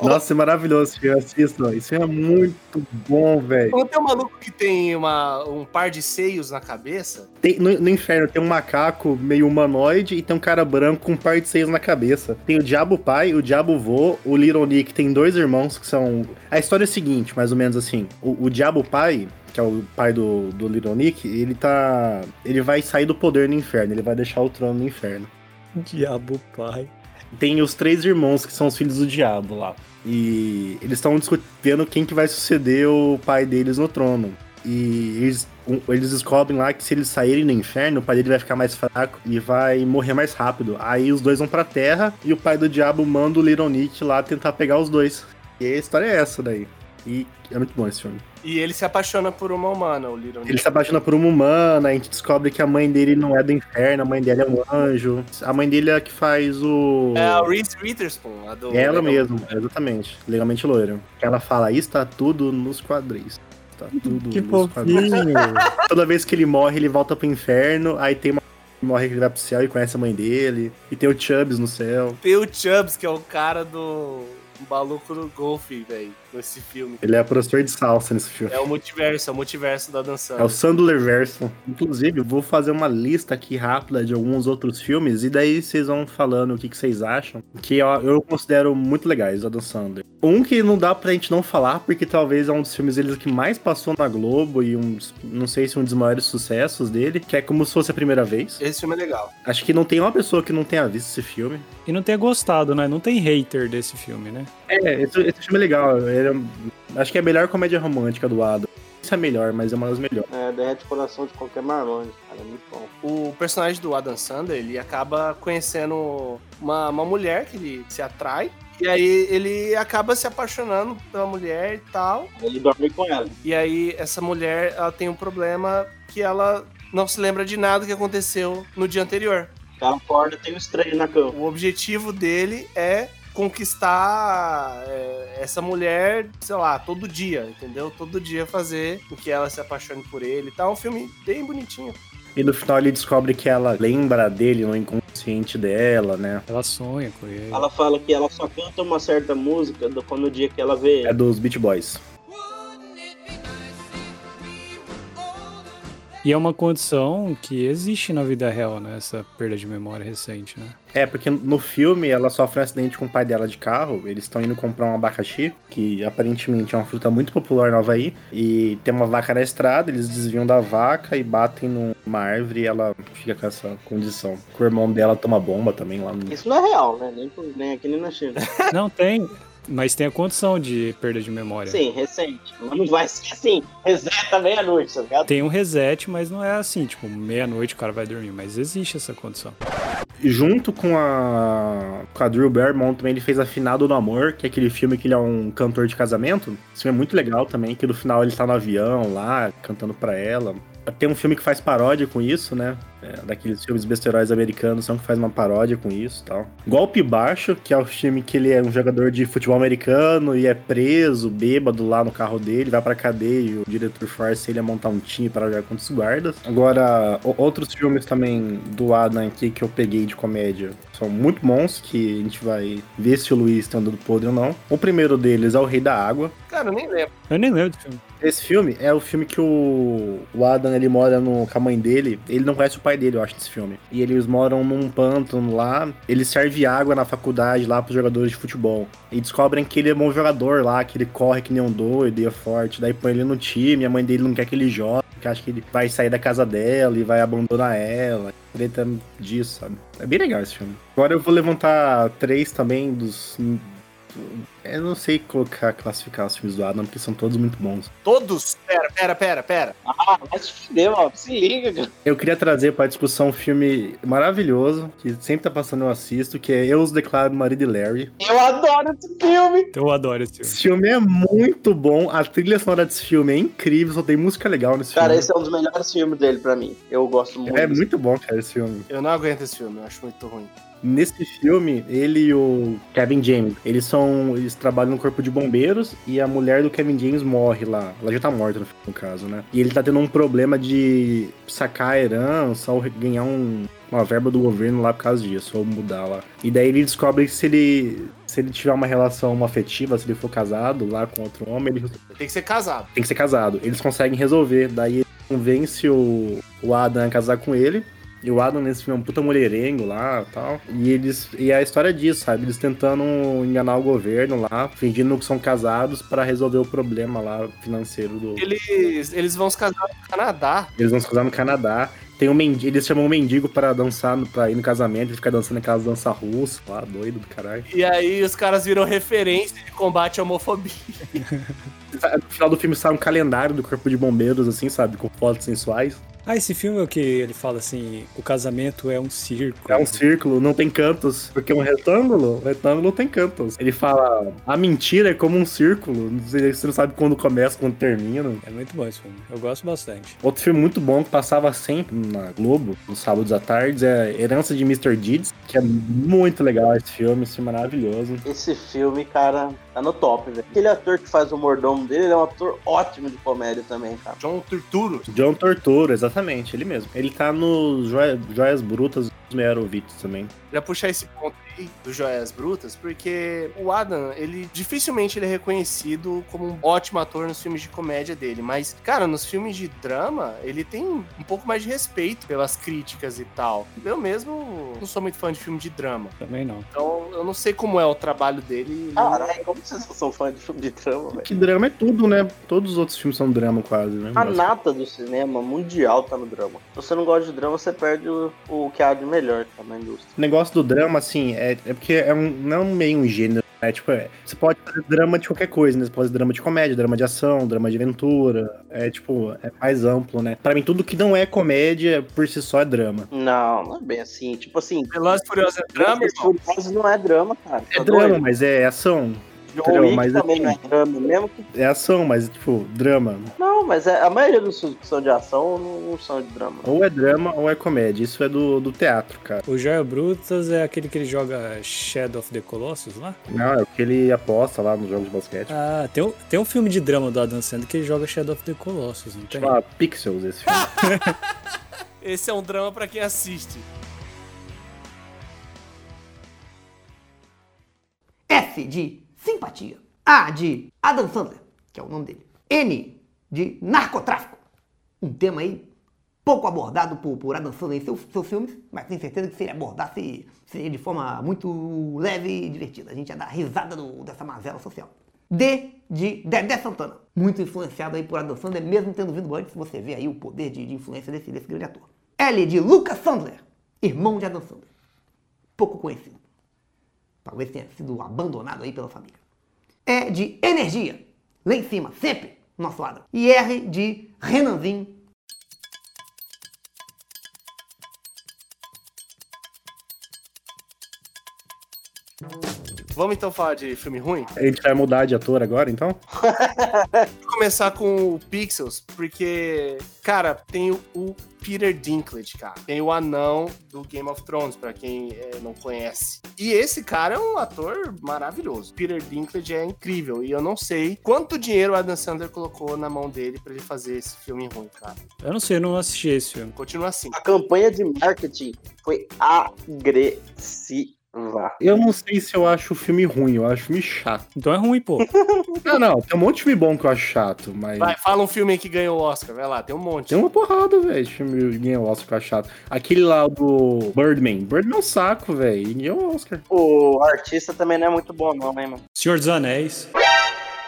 Speaker 3: Nossa, é maravilhoso esse filme. Assistam. Esse filme é muito bom, velho.
Speaker 2: Quando tem um maluco que tem uma, um par de seios na cabeça,
Speaker 3: Tem- No, no inferno tem um macaco meio humanoide e tem um cara branco com um par de seios na cabeça. Tem o Diabo Pai, o Diabo Vô, o Little Nick, tem dois irmãos que são. A história é a seguinte, mais ou menos assim. O, o Diabo Pai, que é o pai do, do Little Nick, ele tá. Ele vai sair do poder no inferno, ele vai deixar o trono no inferno.
Speaker 5: Diabo Pai.
Speaker 3: Tem os três irmãos que são os filhos do diabo lá. E eles estão discutindo quem que vai suceder o pai deles no trono. E eles, um- eles descobrem lá que se eles saírem do inferno, o pai dele vai ficar mais fraco e vai morrer mais rápido. Aí os dois vão pra terra e o pai do diabo manda o Little Nick lá tentar pegar os dois. E a história é essa daí. E é muito bom esse filme.
Speaker 2: e ele se apaixona por uma humana, o Little
Speaker 3: Ele se apaixona por uma humana, a gente descobre que a mãe dele não é do inferno, a mãe dele é um anjo. A mãe dele é a que faz o.
Speaker 2: É a Reese Witherspoon, a do.
Speaker 3: Ela mesma, exatamente. Legalmente loira. Ela fala, está tudo nos quadris. Tá tudo
Speaker 5: Que
Speaker 3: nos quadris.
Speaker 5: fofinho.
Speaker 3: Toda vez que ele morre, ele volta pro inferno. Aí tem uma que morre que ele vai pro céu e conhece a mãe dele. E tem o Chubbs no céu.
Speaker 2: Tem o Chubbs, que é o cara do. O maluco do golfe, velho, nesse filme.
Speaker 3: Ele é professor de salsa nesse filme.
Speaker 2: É o multiverso, é o multiverso da
Speaker 3: É o
Speaker 2: dançando.
Speaker 3: Sandler Verso. Inclusive, eu vou fazer uma lista aqui rápida de alguns outros filmes, e daí vocês vão falando o que, que vocês acham. Que eu, eu considero muito legais, o Adam Sandler. Um que não dá pra gente não falar, porque talvez é um dos filmes dele que mais passou na Globo e um, dos- não sei se um dos maiores sucessos dele, que é como se fosse a primeira vez.
Speaker 2: Esse filme é legal.
Speaker 3: Acho que não tem uma pessoa que não tenha visto esse filme.
Speaker 5: E não ter gostado, né? Não tem hater desse filme, né?
Speaker 3: É, esse, esse filme é legal. Ele é- acho que é a melhor comédia romântica do Adam. Isso é melhor, mas é uma das melhores.
Speaker 6: É, derrete o coração de qualquer marmanjo, cara, é muito bom.
Speaker 2: O personagem do Adam Sandler, ele acaba conhecendo uma, uma mulher que ele se atrai. E aí ele acaba se apaixonando pela mulher e tal.
Speaker 6: Ele dorme com ela.
Speaker 2: E aí essa mulher, ela tem um problema que ela não se lembra de nada que aconteceu no dia anterior.
Speaker 6: O cara acorda tem um estranho na cama.
Speaker 2: O objetivo dele é conquistar é, essa mulher, sei lá, todo dia, entendeu? Todo dia fazer com que ela se apaixone por ele e tal. É um filme bem bonitinho.
Speaker 3: E no final ele descobre que ela lembra dele no inconsciente dela, né?
Speaker 5: Ela sonha com ele.
Speaker 6: Ela fala que ela só canta uma certa música do- quando o dia que ela vê
Speaker 3: É
Speaker 6: ele.
Speaker 3: dos Beach Boys.
Speaker 5: E é uma condição que existe na vida real, né? Essa perda de memória recente, né?
Speaker 3: É, porque no filme ela sofre um acidente com o pai dela de carro. Eles estão indo comprar um abacaxi, que aparentemente é uma fruta muito popular no Havaí. E tem uma vaca na estrada, eles desviam da vaca e batem numa árvore e ela fica com essa condição. O irmão dela toma bomba também lá no.
Speaker 6: Isso não é real, né? Nem, pro- nem aqui nem na China.
Speaker 5: Não tem, mas tem a condição de perda de
Speaker 3: É.
Speaker 5: memória.
Speaker 6: Sim, recente. Mas não vai ser assim. Reseta meia-noite, tá ligado?
Speaker 5: Tem um reset, mas não é assim, tipo, meia-noite o cara vai dormir, mas existe essa condição.
Speaker 3: E junto com a, com a Drew Barrymore também ele fez Afinado no Amor, que é aquele filme que ele é um cantor de casamento. Esse filme é muito legal também, que no final ele tá no avião lá, cantando pra ela. Tem um filme que faz paródia com isso, né? É, daqueles filmes besteróis americanos, são que faz uma paródia com isso e tal. Golpe Baixo, que é o time que ele é um jogador de futebol americano e é preso, bêbado lá no carro dele, vai pra cadeia e o diretor força ele a montar um time para jogar contra os guardas. Agora, o- outros filmes também do Adam aqui que eu peguei de comédia são muito bons, que a gente vai ver se o Luiz tá andando podre ou não. O primeiro deles é O Rei da Água,
Speaker 2: Cara, eu nem lembro.
Speaker 5: Eu nem lembro do filme.
Speaker 3: esse filme é o filme que o, o Adam ele mora no, com a mãe dele. Ele não conhece o pai dele, eu acho, nesse filme. E eles moram num pântano lá. Ele serve água na faculdade lá pros jogadores de futebol. E descobrem que ele é bom jogador lá, que ele corre que nem um doido e é forte. Daí põe ele no time, a mãe dele não quer que ele jogue, porque acha que ele vai sair da casa dela e vai abandonar ela. Treta disso, sabe? É bem legal esse filme. Agora eu vou levantar três também dos. Eu não sei colocar, classificar os filmes do Adam, porque são todos muito bons.
Speaker 2: Todos? Pera, pera, pera, pera.
Speaker 6: Ah, vai se fuder, mano. Se liga, cara.
Speaker 3: Eu queria trazer pra discussão um filme maravilhoso, que sempre tá passando eu assisto, que é Eu Os Declaro Marido e Larry.
Speaker 6: Eu adoro esse filme.
Speaker 5: Eu adoro esse filme.
Speaker 3: Esse filme é muito bom, a trilha sonora desse filme é incrível, só tem música legal nesse
Speaker 6: Cara,
Speaker 3: filme.
Speaker 6: esse é um dos melhores filmes dele pra mim. Eu gosto muito.
Speaker 3: É muito bom, cara, esse filme.
Speaker 2: Eu não aguento esse filme, eu acho muito ruim.
Speaker 3: Nesse filme, ele e o Kevin James, eles são. Eles trabalham no corpo de bombeiros e a mulher do Kevin James morre lá. Ela já tá morta no, filme, no caso, né? E ele tá tendo um problema de sacar a herança ou ganhar um- uma verba do governo lá por causa disso, ou mudar lá. E daí ele descobre que se ele. Se ele tiver uma relação afetiva, se ele for casado lá com outro homem, ele
Speaker 2: Tem que ser casado.
Speaker 3: tem que ser casado. Eles conseguem resolver. Daí ele convence o, o Adam a casar com ele. E o Adam nesse filme é um puta mulherengo lá e tal. E eles. E é a história disso, sabe? Eles tentando enganar o governo lá, fingindo que são casados pra resolver o problema lá financeiro do.
Speaker 2: Eles, eles vão se casar no Canadá.
Speaker 3: Eles vão se casar no Canadá. Tem um mendigo, eles chamam um mendigo pra dançar, no- pra ir no casamento, ele fica dançando aquelas danças russas lá, doido do caralho.
Speaker 2: E aí os caras viram referência de combate à homofobia.
Speaker 3: No final do filme sai um calendário do corpo de bombeiros, assim, sabe? Com fotos sensuais.
Speaker 5: Ah, esse filme é o que ele fala assim: o casamento é um circo.
Speaker 3: É um círculo, não tem cantos. Porque um retângulo, um retângulo não tem cantos. Ele fala, a mentira é como um círculo. Você você não sabe quando começa, quando termina.
Speaker 5: É muito bom esse filme. Eu gosto bastante.
Speaker 3: Outro filme muito bom que passava sempre na Globo, nos sábados à tarde, é Herança de Mr. Deeds, que é muito legal esse filme, esse filme é maravilhoso.
Speaker 6: Esse filme, cara, tá no top, velho. Aquele ator que faz o mordomo dele, ele é um ator ótimo de comédia também, cara.
Speaker 2: John Turturro.
Speaker 3: John Tortura, exatamente, ele mesmo. Ele tá no Joia- Joias Brutas dos Merovitz também.
Speaker 2: Já puxar esse ponto aí do Joias Brutas, porque o Adam, ele dificilmente ele é reconhecido como um ótimo ator nos filmes de comédia dele, mas, cara, nos filmes de drama, ele tem um pouco mais de respeito pelas críticas e tal. Eu mesmo não sou muito fã de filme de drama,
Speaker 5: Também não.
Speaker 2: então eu não sei como é o trabalho
Speaker 3: Uhum.
Speaker 2: dele.
Speaker 6: Caralho, como vocês não são fã de filme de trama, velho?
Speaker 3: Que drama é tudo, né? Todos os outros filmes são drama quase, né?
Speaker 6: A nata do cinema mundial tá no drama. Se você não gosta de drama, você perde o, o que há de melhor tá, na indústria.
Speaker 3: O negócio do drama, assim, é, é porque é um, não é um meio um gênero, né? Tipo, é, você pode fazer drama de qualquer coisa, né? Você pode fazer drama de comédia, drama de ação, drama de aventura. É, tipo, é mais amplo, né? Pra mim, tudo que não é comédia, por si só, é drama.
Speaker 6: Não, não é bem assim. Tipo assim,
Speaker 2: Velozes e Furiosos é drama,
Speaker 6: Velozes e
Speaker 2: irmão?
Speaker 6: Furiosos não é drama, cara.
Speaker 3: É
Speaker 6: Tá
Speaker 3: drama,
Speaker 6: doido?
Speaker 3: mas é ação.
Speaker 6: John
Speaker 3: drama,
Speaker 6: Wick
Speaker 3: mas
Speaker 6: também
Speaker 3: assim-
Speaker 6: não é drama, mesmo que...
Speaker 3: É ação, mas, tipo, drama.
Speaker 6: Não, mas é- a maioria dos filmes que são de ação não, não são de drama.
Speaker 3: Ou é drama ou é comédia. Isso é do, do teatro, cara.
Speaker 5: O Joia Brutas é aquele que ele joga Shadow of the Colossus lá?
Speaker 3: Não, é o que ele aposta lá nos jogos de basquete.
Speaker 5: Ah, tem um, tem um filme de drama do Adam Sandler que ele joga Shadow of the Colossus, não tem?
Speaker 3: Chama Ah, Pixels esse filme.
Speaker 2: Esse é um drama pra quem assiste.
Speaker 1: S de simpatia. A de Adam Sandler, que é o nome dele. N de narcotráfico. Um tema aí pouco abordado por, por Adam Sandler em seus, seus filmes, mas tenho certeza que se ele abordasse, seria de forma muito leve e divertida. A gente ia dar risada do- dessa mazela social. D de Dedé Santana. Muito influenciado aí por Adam Sandler, mesmo tendo vindo antes, você vê aí o poder de, de influência desse, desse grande ator. L de Lucas Sandler, irmão de Adam Sandler. Pouco conhecido. Talvez tenha sido abandonado aí pela família. É de energia. Lá em cima, sempre, nosso lado. E R de Renanzinho.
Speaker 2: Vamos então falar de filme ruim?
Speaker 3: A gente vai mudar de ator agora, então?
Speaker 2: Vou começar com o Pixels, porque, cara, tem o Peter Dinklage, cara. Tem o anão do Game of Thrones, pra quem eh, não conhece. E esse cara é um ator maravilhoso. Peter Dinklage é incrível. E eu não sei quanto dinheiro o Adam Sandler colocou na mão dele pra ele fazer esse filme ruim, cara.
Speaker 5: Eu não sei, eu não assisti esse filme.
Speaker 2: Continua assim.
Speaker 6: A campanha de marketing foi agressiva.
Speaker 3: Eu não sei se eu acho o filme ruim, eu acho o filme chato.
Speaker 5: Então é ruim, pô.
Speaker 3: Não, não, tem um monte de filme bom que eu acho chato, mas.
Speaker 2: Vai, fala um filme aí que ganhou o Oscar. Vai lá, tem um monte.
Speaker 3: Tem uma porrada, velho, de filme que ganhou Oscar que eu acho chato. Aquele lá do Birdman. Birdman é um saco, velho. e Ganhou Oscar.
Speaker 6: O artista também não é muito bom, não, hein, mano?
Speaker 5: Senhor dos Anéis.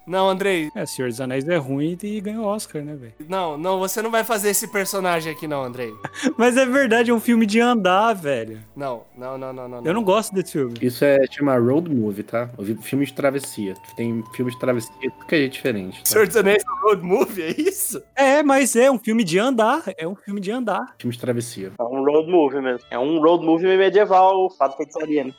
Speaker 2: Não, Andrei,
Speaker 5: É, Senhor dos Anéis é ruim e ganhou Oscar, né, velho?
Speaker 2: não, não, você não vai fazer esse personagem aqui, não, Andrei.
Speaker 5: Mas é verdade, é um filme de andar, velho.
Speaker 2: Não, não, não, não, não.
Speaker 5: Eu não gosto desse filme.
Speaker 3: Isso é chama road movie, tá? Eu vi Filme de travessia. Tem filme de travessia, tudo que é diferente. tá?
Speaker 2: Senhor dos Anéis é um road movie, é isso?
Speaker 5: É, mas é um filme de andar. É um filme de andar.
Speaker 3: Filme de travessia.
Speaker 6: É um road movie mesmo. É um road movie medieval, fato né? feitiçariano.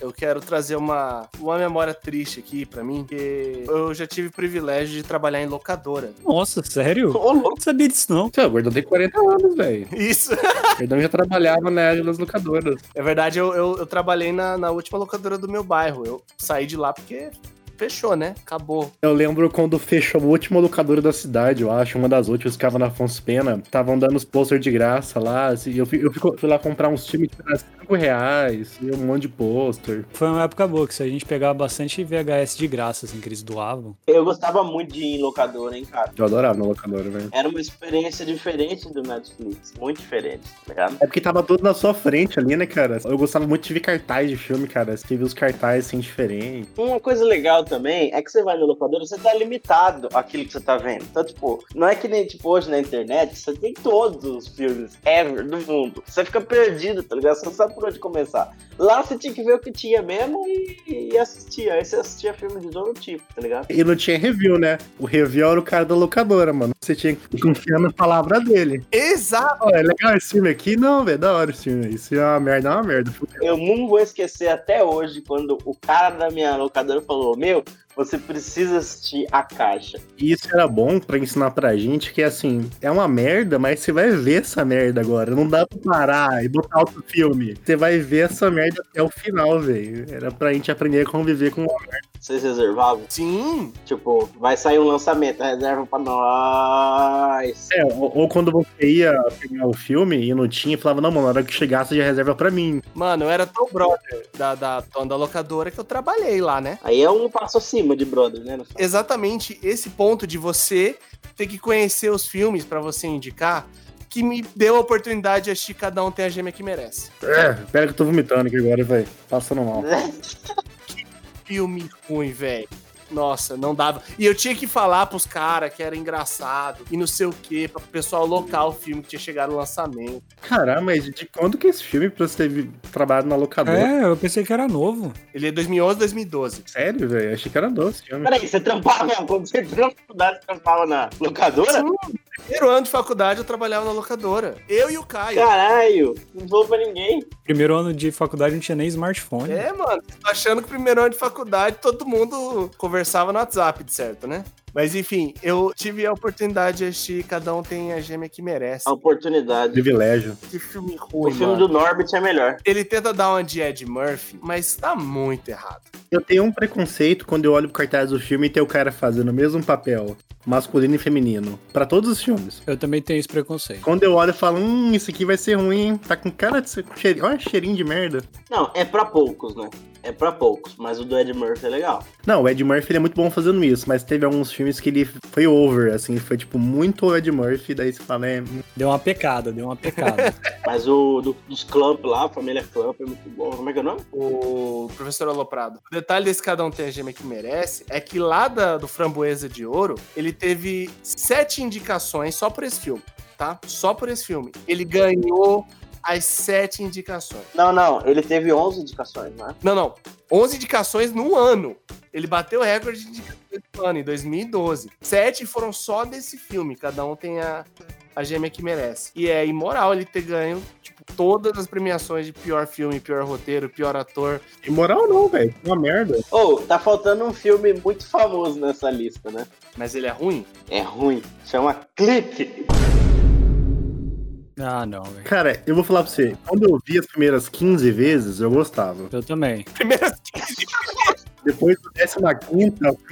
Speaker 2: Eu quero trazer uma, uma memória triste aqui pra mim, porque eu já tive o privilégio de trabalhar em locadora.
Speaker 5: Nossa, sério?
Speaker 6: Ô,
Speaker 5: Eu
Speaker 6: louco.
Speaker 5: não sabia disso, não.
Speaker 3: Seu, o Gordão tem 40 anos, velho.
Speaker 2: Isso.
Speaker 3: O Gordão já trabalhava na área das locadoras.
Speaker 2: É verdade, eu, eu, eu trabalhei na, na última locadora do meu bairro. Eu saí de lá porque fechou, né? Acabou.
Speaker 3: Eu lembro quando fechou a última locadora da cidade, eu acho, uma das últimas, ficava na Afonso Pena. Estavam dando os posters de graça lá. assim, eu fui, eu fico- fui lá comprar uns filmes que era 5 reais, e um monte de pôster.
Speaker 5: Foi uma época boa, que se a gente pegava bastante VHS de graça, assim, que eles doavam.
Speaker 6: Eu gostava muito de ir em locadora, hein, cara?
Speaker 3: Eu adorava na locadora, velho.
Speaker 6: Era uma experiência diferente do Netflix. Muito diferente, tá ligado?
Speaker 3: É porque tava tudo na sua frente ali, né, cara? Eu gostava muito de ver cartaz de filme, cara. Você vê os cartazes assim, diferente.
Speaker 6: Uma coisa legal também é que você vai no locador, você tá limitado àquilo que você tá vendo. Então, tipo, não é que nem tipo hoje na internet, você tem todos os filmes ever do mundo. Você fica perdido, tá ligado? Você não sabe por onde começar. Lá você tinha que ver o que tinha mesmo e, e assistia. Aí você assistia filme de todo tipo, tá ligado?
Speaker 3: E não tinha review, né? O review era o cara da locadora, mano. Você tinha que confiar na palavra dele.
Speaker 2: Exato.
Speaker 3: Ó, é legal esse filme aqui? Não, velho, da hora esse filme aí. Se é uma merda, é uma merda.
Speaker 6: Eu não vou esquecer até hoje quando o cara da minha locadora falou: Meu, você precisa assistir a caixa.
Speaker 3: E isso era bom pra ensinar pra gente que, assim, é uma merda, mas você vai ver essa merda agora. Não dá pra parar e botar outro filme. Você vai ver essa merda até o final, velho. Era pra gente aprender a conviver com
Speaker 6: Vocês reservavam?
Speaker 2: Sim.
Speaker 6: Tipo, vai sair um lançamento, reserva pra nós.
Speaker 3: É, ou, ou quando você ia pegar o filme e não tinha, falava, não, mano, na hora que chegasse já reserva pra mim.
Speaker 2: Mano, eu era tão brother da, da dona da locadora que eu trabalhei lá, né?
Speaker 6: Aí é um passo acima de brother, né? no-
Speaker 2: exatamente esse ponto de você ter que conhecer os filmes pra você indicar que me deu a oportunidade de assistir Cada Um Tem a Gêmea que Merece.
Speaker 3: É, pera que eu tô vomitando aqui agora, velho. Passando mal.
Speaker 2: Filme ruim, velho. Nossa, não dava. E eu tinha que falar pros caras que era engraçado e não sei o quê, pra o pessoal local o filme que tinha chegado no lançamento.
Speaker 3: Caralho, mas de quando que é esse filme pra você ter vi- trabalhado na locadora?
Speaker 5: É, eu pensei que era novo.
Speaker 2: Ele é 2011, 2012.
Speaker 3: Sério, velho? Achei que era doce esse filme.
Speaker 6: Peraí, você trampava mesmo? Quando você entrou na faculdade, você trampava na locadora?
Speaker 2: Primeiro ano de faculdade eu trabalhava na locadora. Eu e o Caio.
Speaker 6: Caralho, não vou pra ninguém.
Speaker 5: Primeiro ano de faculdade não tinha nem smartphone.
Speaker 2: É, mano, tô achando que primeiro ano de faculdade todo mundo conversava no WhatsApp, de certo, né? Mas enfim, eu tive a oportunidade de assistir Cada Um Tem a Gêmea que Merece.
Speaker 6: A oportunidade.
Speaker 3: Privilégio.
Speaker 2: Que filme
Speaker 6: Ah, O
Speaker 2: ruim,
Speaker 6: filme
Speaker 2: mano.
Speaker 6: do Norbit é melhor.
Speaker 2: Ele tenta dar uma de Ed Murphy, mas tá muito errado.
Speaker 3: Eu tenho um preconceito quando eu olho pro cartaz do filme e tem o cara fazendo o mesmo papel, masculino e feminino, pra todos os filmes.
Speaker 5: Eu também tenho esse preconceito.
Speaker 3: Quando eu olho, eu falo, hum, isso aqui vai ser ruim, hein? Tá com cara de. ser- com cheirinho- Olha, cheirinho de merda.
Speaker 6: Não, é pra poucos, né? É pra poucos, mas o do Ed Murphy é legal.
Speaker 3: Não, o Ed Murphy ele é muito bom fazendo isso, mas teve alguns filmes que ele foi over, assim, foi tipo muito Ed Murphy, daí você fala, é. hum,
Speaker 5: Deu uma pecada, deu uma pecada.
Speaker 6: Mas o do- dos Clump lá, a família Clump é muito bom. Como é que é o nome?
Speaker 2: O professor Aloprado. O detalhe desse Cada Um Tem a Gêmea que Merece é que lá da- do Framboesa de Ouro, ele teve sete indicações só por esse filme, tá? Só por esse filme. Ele ganhou as sete indicações.
Speaker 6: Não, não, ele teve 11 indicações, né?
Speaker 2: Não, não. 11 indicações num ano. Ele bateu o recorde de indicações no ano, em 2012. Sete foram só desse filme. Cada um tem a, a gêmea que merece. E é imoral ele ter ganho, tipo, todas as premiações de pior filme, pior roteiro, pior ator.
Speaker 3: E moral não, velho. é Uma merda.
Speaker 6: Ou, tá faltando um filme muito famoso nessa lista, né?
Speaker 2: Mas ele é ruim?
Speaker 6: É ruim. Chama Clique.
Speaker 5: Ah, não, velho.
Speaker 3: Cara, eu vou falar pra você. Quando eu vi as primeiras 15 vezes, eu gostava.
Speaker 5: Eu também.
Speaker 2: Primeiro,
Speaker 3: Depois do 15,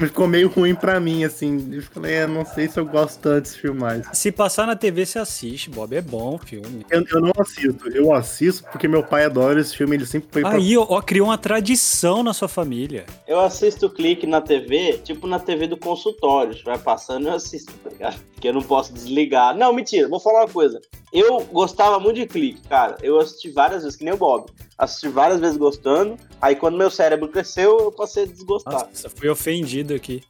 Speaker 3: ficou meio ruim pra mim, assim. Eu falei, é, não sei se eu gosto tanto desse filme mais.
Speaker 5: Se passar na TV, você assiste, Bob. É bom o filme.
Speaker 3: Eu, eu não assisto. Eu assisto porque meu pai adora esse filme, ele sempre põe pra...
Speaker 5: Aí, ó, ó, criou uma tradição na sua família.
Speaker 6: Eu assisto o clique na TV, tipo na TV do consultório. Vai passando e eu assisto, tá ligado? Porque eu não posso desligar. Não, mentira, vou falar uma coisa. Eu gostava muito de clique, cara. Eu assisti várias vezes, que nem o Bob. Assisti várias vezes gostando. Aí quando meu cérebro cresceu, eu passei a desgostar.
Speaker 5: Nossa, fui ofendido aqui.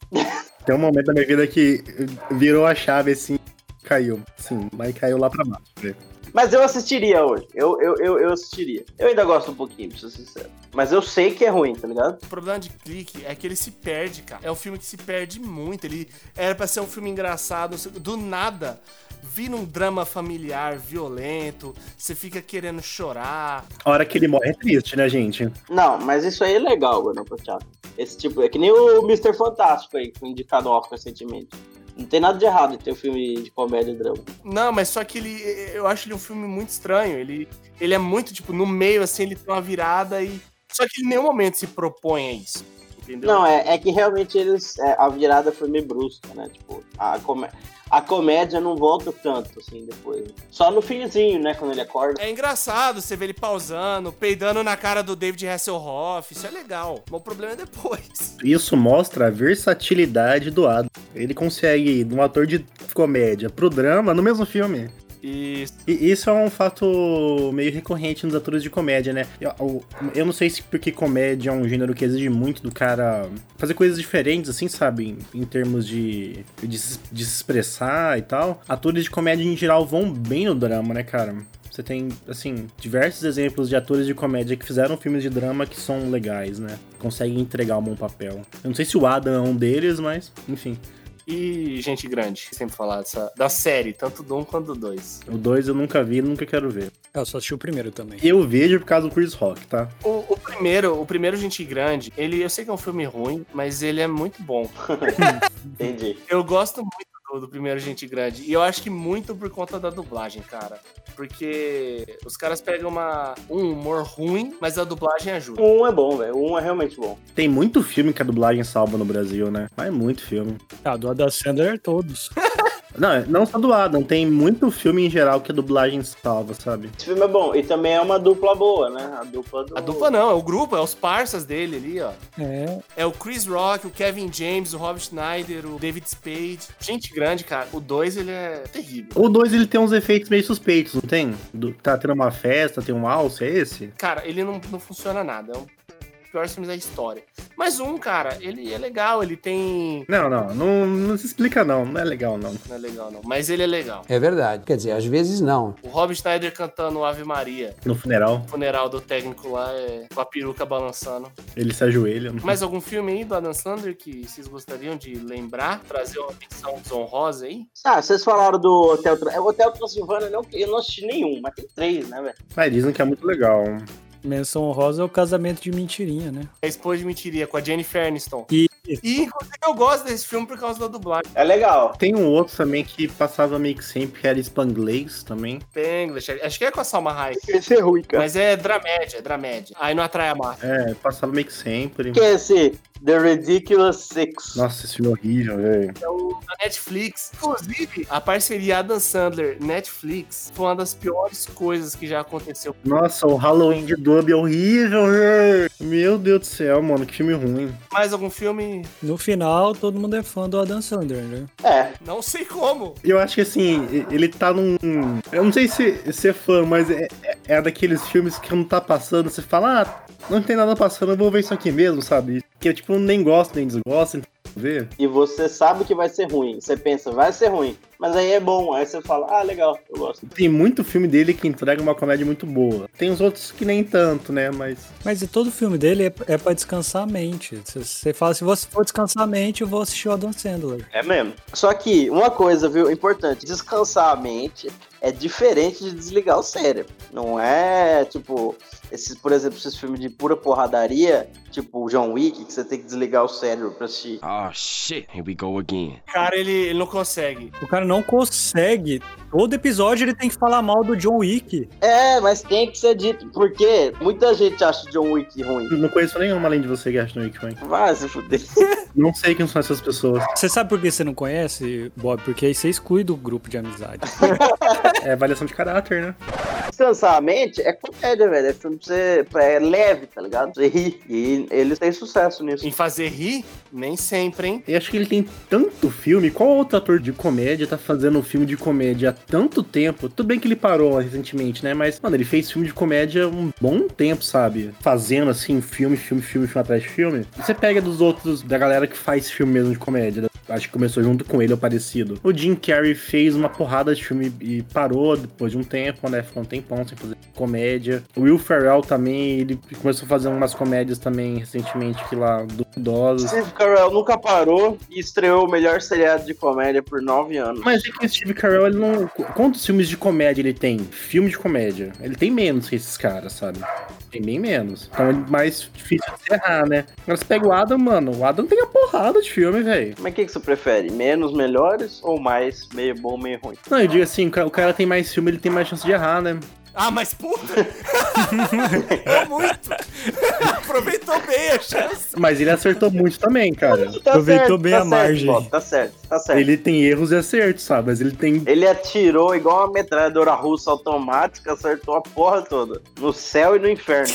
Speaker 3: Tem um momento da minha vida que virou a chave, assim, caiu. Sim, mas caiu lá pra baixo, velho.
Speaker 6: Mas eu assistiria hoje. Eu, eu, eu, eu assistiria. Eu ainda gosto um pouquinho, pra ser sincero. Mas eu sei que é ruim, tá ligado?
Speaker 2: O problema de clique é que ele se perde, cara. É um filme que se perde muito. Ele era pra ser um filme engraçado. não sei- Do nada, vira um drama familiar violento. Você fica querendo chorar.
Speaker 3: A hora que ele morre é triste, né, gente?
Speaker 6: Não, mas isso aí é legal, mano, pro teatro. Esse tipo, é que nem o Mr. Fantástico aí, que foi indicado ao Oscar recentemente. Não tem nada de errado em ter um filme de comédia e drama.
Speaker 2: Não, mas só que ele. Eu acho ele um filme muito estranho. Ele, ele é muito, tipo, no meio, assim, ele tem uma virada e. Só que ele em nenhum momento se propõe a isso. Entendeu?
Speaker 6: Não, é, é que realmente eles. é, a virada foi meio brusca, né? Tipo, a, comé- a comédia não volta tanto, assim, depois. Só no finzinho, né? Quando ele acorda.
Speaker 2: É engraçado você ver ele pausando, peidando na cara do David Hasselhoff. Isso é legal. Mas o problema é depois.
Speaker 3: Isso mostra a versatilidade do Adam. Ele consegue ir de um ator de comédia pro drama no mesmo filme.
Speaker 2: E
Speaker 3: E isso é um fato meio recorrente nos atores de comédia, né? Eu, eu- eu não sei se porque comédia é um gênero que exige muito do cara fazer coisas diferentes, assim, sabe? Em, em termos de, de, se- de se expressar e tal. Atores de comédia em geral vão bem no drama, né, cara? Você tem, assim, diversos exemplos de atores de comédia que fizeram filmes de drama que são legais, né? Conseguem entregar um bom papel. Eu não sei se o Adam é um deles, mas, enfim.
Speaker 2: e gente grande. Sempre falar dessa, da série, tanto do um quanto do dois.
Speaker 3: O dois eu nunca vi, nunca quero ver.
Speaker 5: É, Eu só assisti o primeiro também.
Speaker 3: Eu vejo por causa do Chris Rock, tá?
Speaker 2: O, o primeiro, o primeiro Gente Grande, ele eu sei que é um filme ruim, mas ele é muito bom.
Speaker 6: Entendi.
Speaker 2: Eu gosto muito do, do primeiro Gente Grande. E eu acho que muito por conta da dublagem, cara. Porque os caras pegam uma, um humor ruim, mas a dublagem ajuda.
Speaker 6: Um é bom, velho. Um é realmente bom.
Speaker 3: Tem muito filme que a dublagem salva no Brasil, né? Mas muito filme.
Speaker 5: Ah, do Adam Sandler todos.
Speaker 3: Não, é, não só do Adam, tem muito filme em geral que a dublagem salva, sabe?
Speaker 6: Esse filme é bom. E também é uma dupla boa, né? A dupla do.
Speaker 2: A dupla não, é o grupo, é os parças dele ali, ó.
Speaker 5: É.
Speaker 2: É o Chris Rock, o Kevin James, o Rob Schneider, o David Spade. Gente grande, cara. O 2, ele é terrível.
Speaker 3: O 2 ele tem uns efeitos meio suspeitos, não tem? Do- tá tendo uma festa, tem um alce, é esse?
Speaker 2: Cara, ele não, não funciona nada. É um dos piores filmes da história. Mas um, cara, ele é legal. Ele tem...
Speaker 3: Não, não, não, não se explica não, não é legal não.
Speaker 2: Não é legal, não. Mas ele é legal.
Speaker 4: É verdade. Quer dizer, às vezes não.
Speaker 2: O Rob Schneider cantando Ave Maria.
Speaker 3: No funeral,
Speaker 2: O funeral do técnico lá é com a peruca balançando.
Speaker 3: ele se ajoelha.
Speaker 2: Mais algum filme aí do Adam Sandler que vocês gostariam de lembrar? Trazer uma menção desonrosa aí?
Speaker 6: Ah, vocês falaram do Hotel Tra- é, O Hotel Transilvânia, não, eu não assisti nenhum, mas tem três, né, velho?
Speaker 3: Mas dizem que é muito legal.
Speaker 5: Menção honrosa é o casamento de mentirinha, né?
Speaker 2: A Esposa de Mentiria, com a Jennifer Aniston.
Speaker 5: E
Speaker 2: E, inclusive, eu gosto desse filme por causa da dublagem.
Speaker 6: É legal.
Speaker 3: Tem um outro também que passava meio que sempre, que era Spanglês também.
Speaker 2: Spanglish. Acho que é com a Salma Hayek.
Speaker 6: Esse é ruim, cara.
Speaker 2: Mas é dramédia, é dramédia. Aí não atrai a massa.
Speaker 3: É, passava meio que sempre.
Speaker 6: Que é esse? The Ridiculous Six.
Speaker 3: Nossa, esse filme é horrível, velho.
Speaker 2: É o da Netflix. Inclusive, a parceria Adam Sandler Netflix foi uma das piores coisas que já aconteceu.
Speaker 3: Nossa, o Halloween de Dub é horrível, velho. Meu Deus do céu, mano, que filme ruim.
Speaker 2: Mais algum filme?
Speaker 5: no final, todo mundo é fã do Adam Sandler, né?
Speaker 6: É,
Speaker 2: Não sei como.
Speaker 3: Eu acho que assim, e- ele tá num. Eu não sei se, se é fã, mas é, é- é daqueles filmes que não tá passando. Você fala, ah, não tem nada passando, eu vou ver isso aqui mesmo, sabe? Que é, eu, tipo, nem gosto, nem desgosto, então vou ver.
Speaker 6: e você sabe que vai ser ruim. Você pensa, vai ser ruim. Mas aí é bom, aí você fala, ah, legal, eu gosto.
Speaker 3: Tem muito filme dele que entrega uma comédia muito boa. Tem os outros que nem tanto, né? Mas.
Speaker 5: Mas e todo filme dele é, é pra descansar a mente. Se Você fala, se você for descansar a mente, eu vou assistir o Adam Sandler.
Speaker 6: É mesmo. Só que uma coisa, viu, importante, descansar a mente é diferente de desligar o cérebro. Não é tipo, esses, por exemplo, esses filmes de pura porradaria, tipo o John Wick, que você tem que desligar o cérebro pra assistir.
Speaker 7: Oh shit, here we go again.
Speaker 2: Cara, ele, ele não consegue.
Speaker 5: O cara não consegue. Todo episódio ele tem que falar mal do John Wick.
Speaker 6: É, mas tem que ser dito, porque muita gente acha o John Wick ruim.
Speaker 3: Não conheço nenhuma além de você que acha no Wikipedia.
Speaker 6: Vai se fuder.
Speaker 3: Não sei quem são essas pessoas.
Speaker 5: Você sabe por que você não conhece, Bob? Porque aí você exclui do grupo de amizade.
Speaker 3: É avaliação de caráter, né?
Speaker 6: Descansar a mente é comédia, velho. É filme pra você pra- é leve, tá ligado? Você ri. E eles têm sucesso nisso.
Speaker 2: Em fazer rir, nem sempre, hein?
Speaker 3: Eu acho que ele tem tanto filme. Qual outro ator de comédia tá fazendo um filme de comédia há tanto tempo? Tudo bem que ele parou recentemente, né? Mas, mano, ele fez filme de comédia um bom tempo, sabe? Fazendo, assim, filme, filme, filme, filme atrás de filme. Você pega dos outros, da galera que faz filme mesmo de comédia. né? Acho que começou junto com ele, é parecido. O Jim Carrey fez uma porrada de filme e parou depois de um tempo, né? Ficou um tempão sem fazer comédia. O Will Ferrell também, ele começou a fazer umas comédias também recentemente, que lá, duvidosas.
Speaker 6: Steve Carell nunca parou e estreou o melhor seriado de comédia por nove anos.
Speaker 3: Mas é que o Steve Carell, ele não. qu- Quantos filmes de comédia ele tem? Filme de comédia. Ele tem menos que esses caras, sabe? Tem bem menos. Então é mais difícil de errar, né? Agora você pega o Adam, mano. O Adam tem a porrada de filme, velho.
Speaker 6: Mas o que, que você prefere? Menos melhores ou mais meio bom, meio ruim?
Speaker 5: Tá
Speaker 3: Não, eu digo assim, o ca- o cara tem mais filme, ele tem mais chance de errar, né?
Speaker 2: Ah, mas puta! Errou muito! Aproveitou bem a chance.
Speaker 3: Mas ele acertou muito também, cara.
Speaker 6: Tá
Speaker 5: Aproveitou
Speaker 6: certo,
Speaker 5: bem
Speaker 6: tá
Speaker 5: a
Speaker 6: certo,
Speaker 5: margem.
Speaker 6: Bob, tá certo, tá certo. Ele...
Speaker 3: Ele tem erros e acertos, sabe? Mas ele tem.
Speaker 6: atirou igual uma metralhadora russa automática, acertou a porra toda. No céu e no inferno.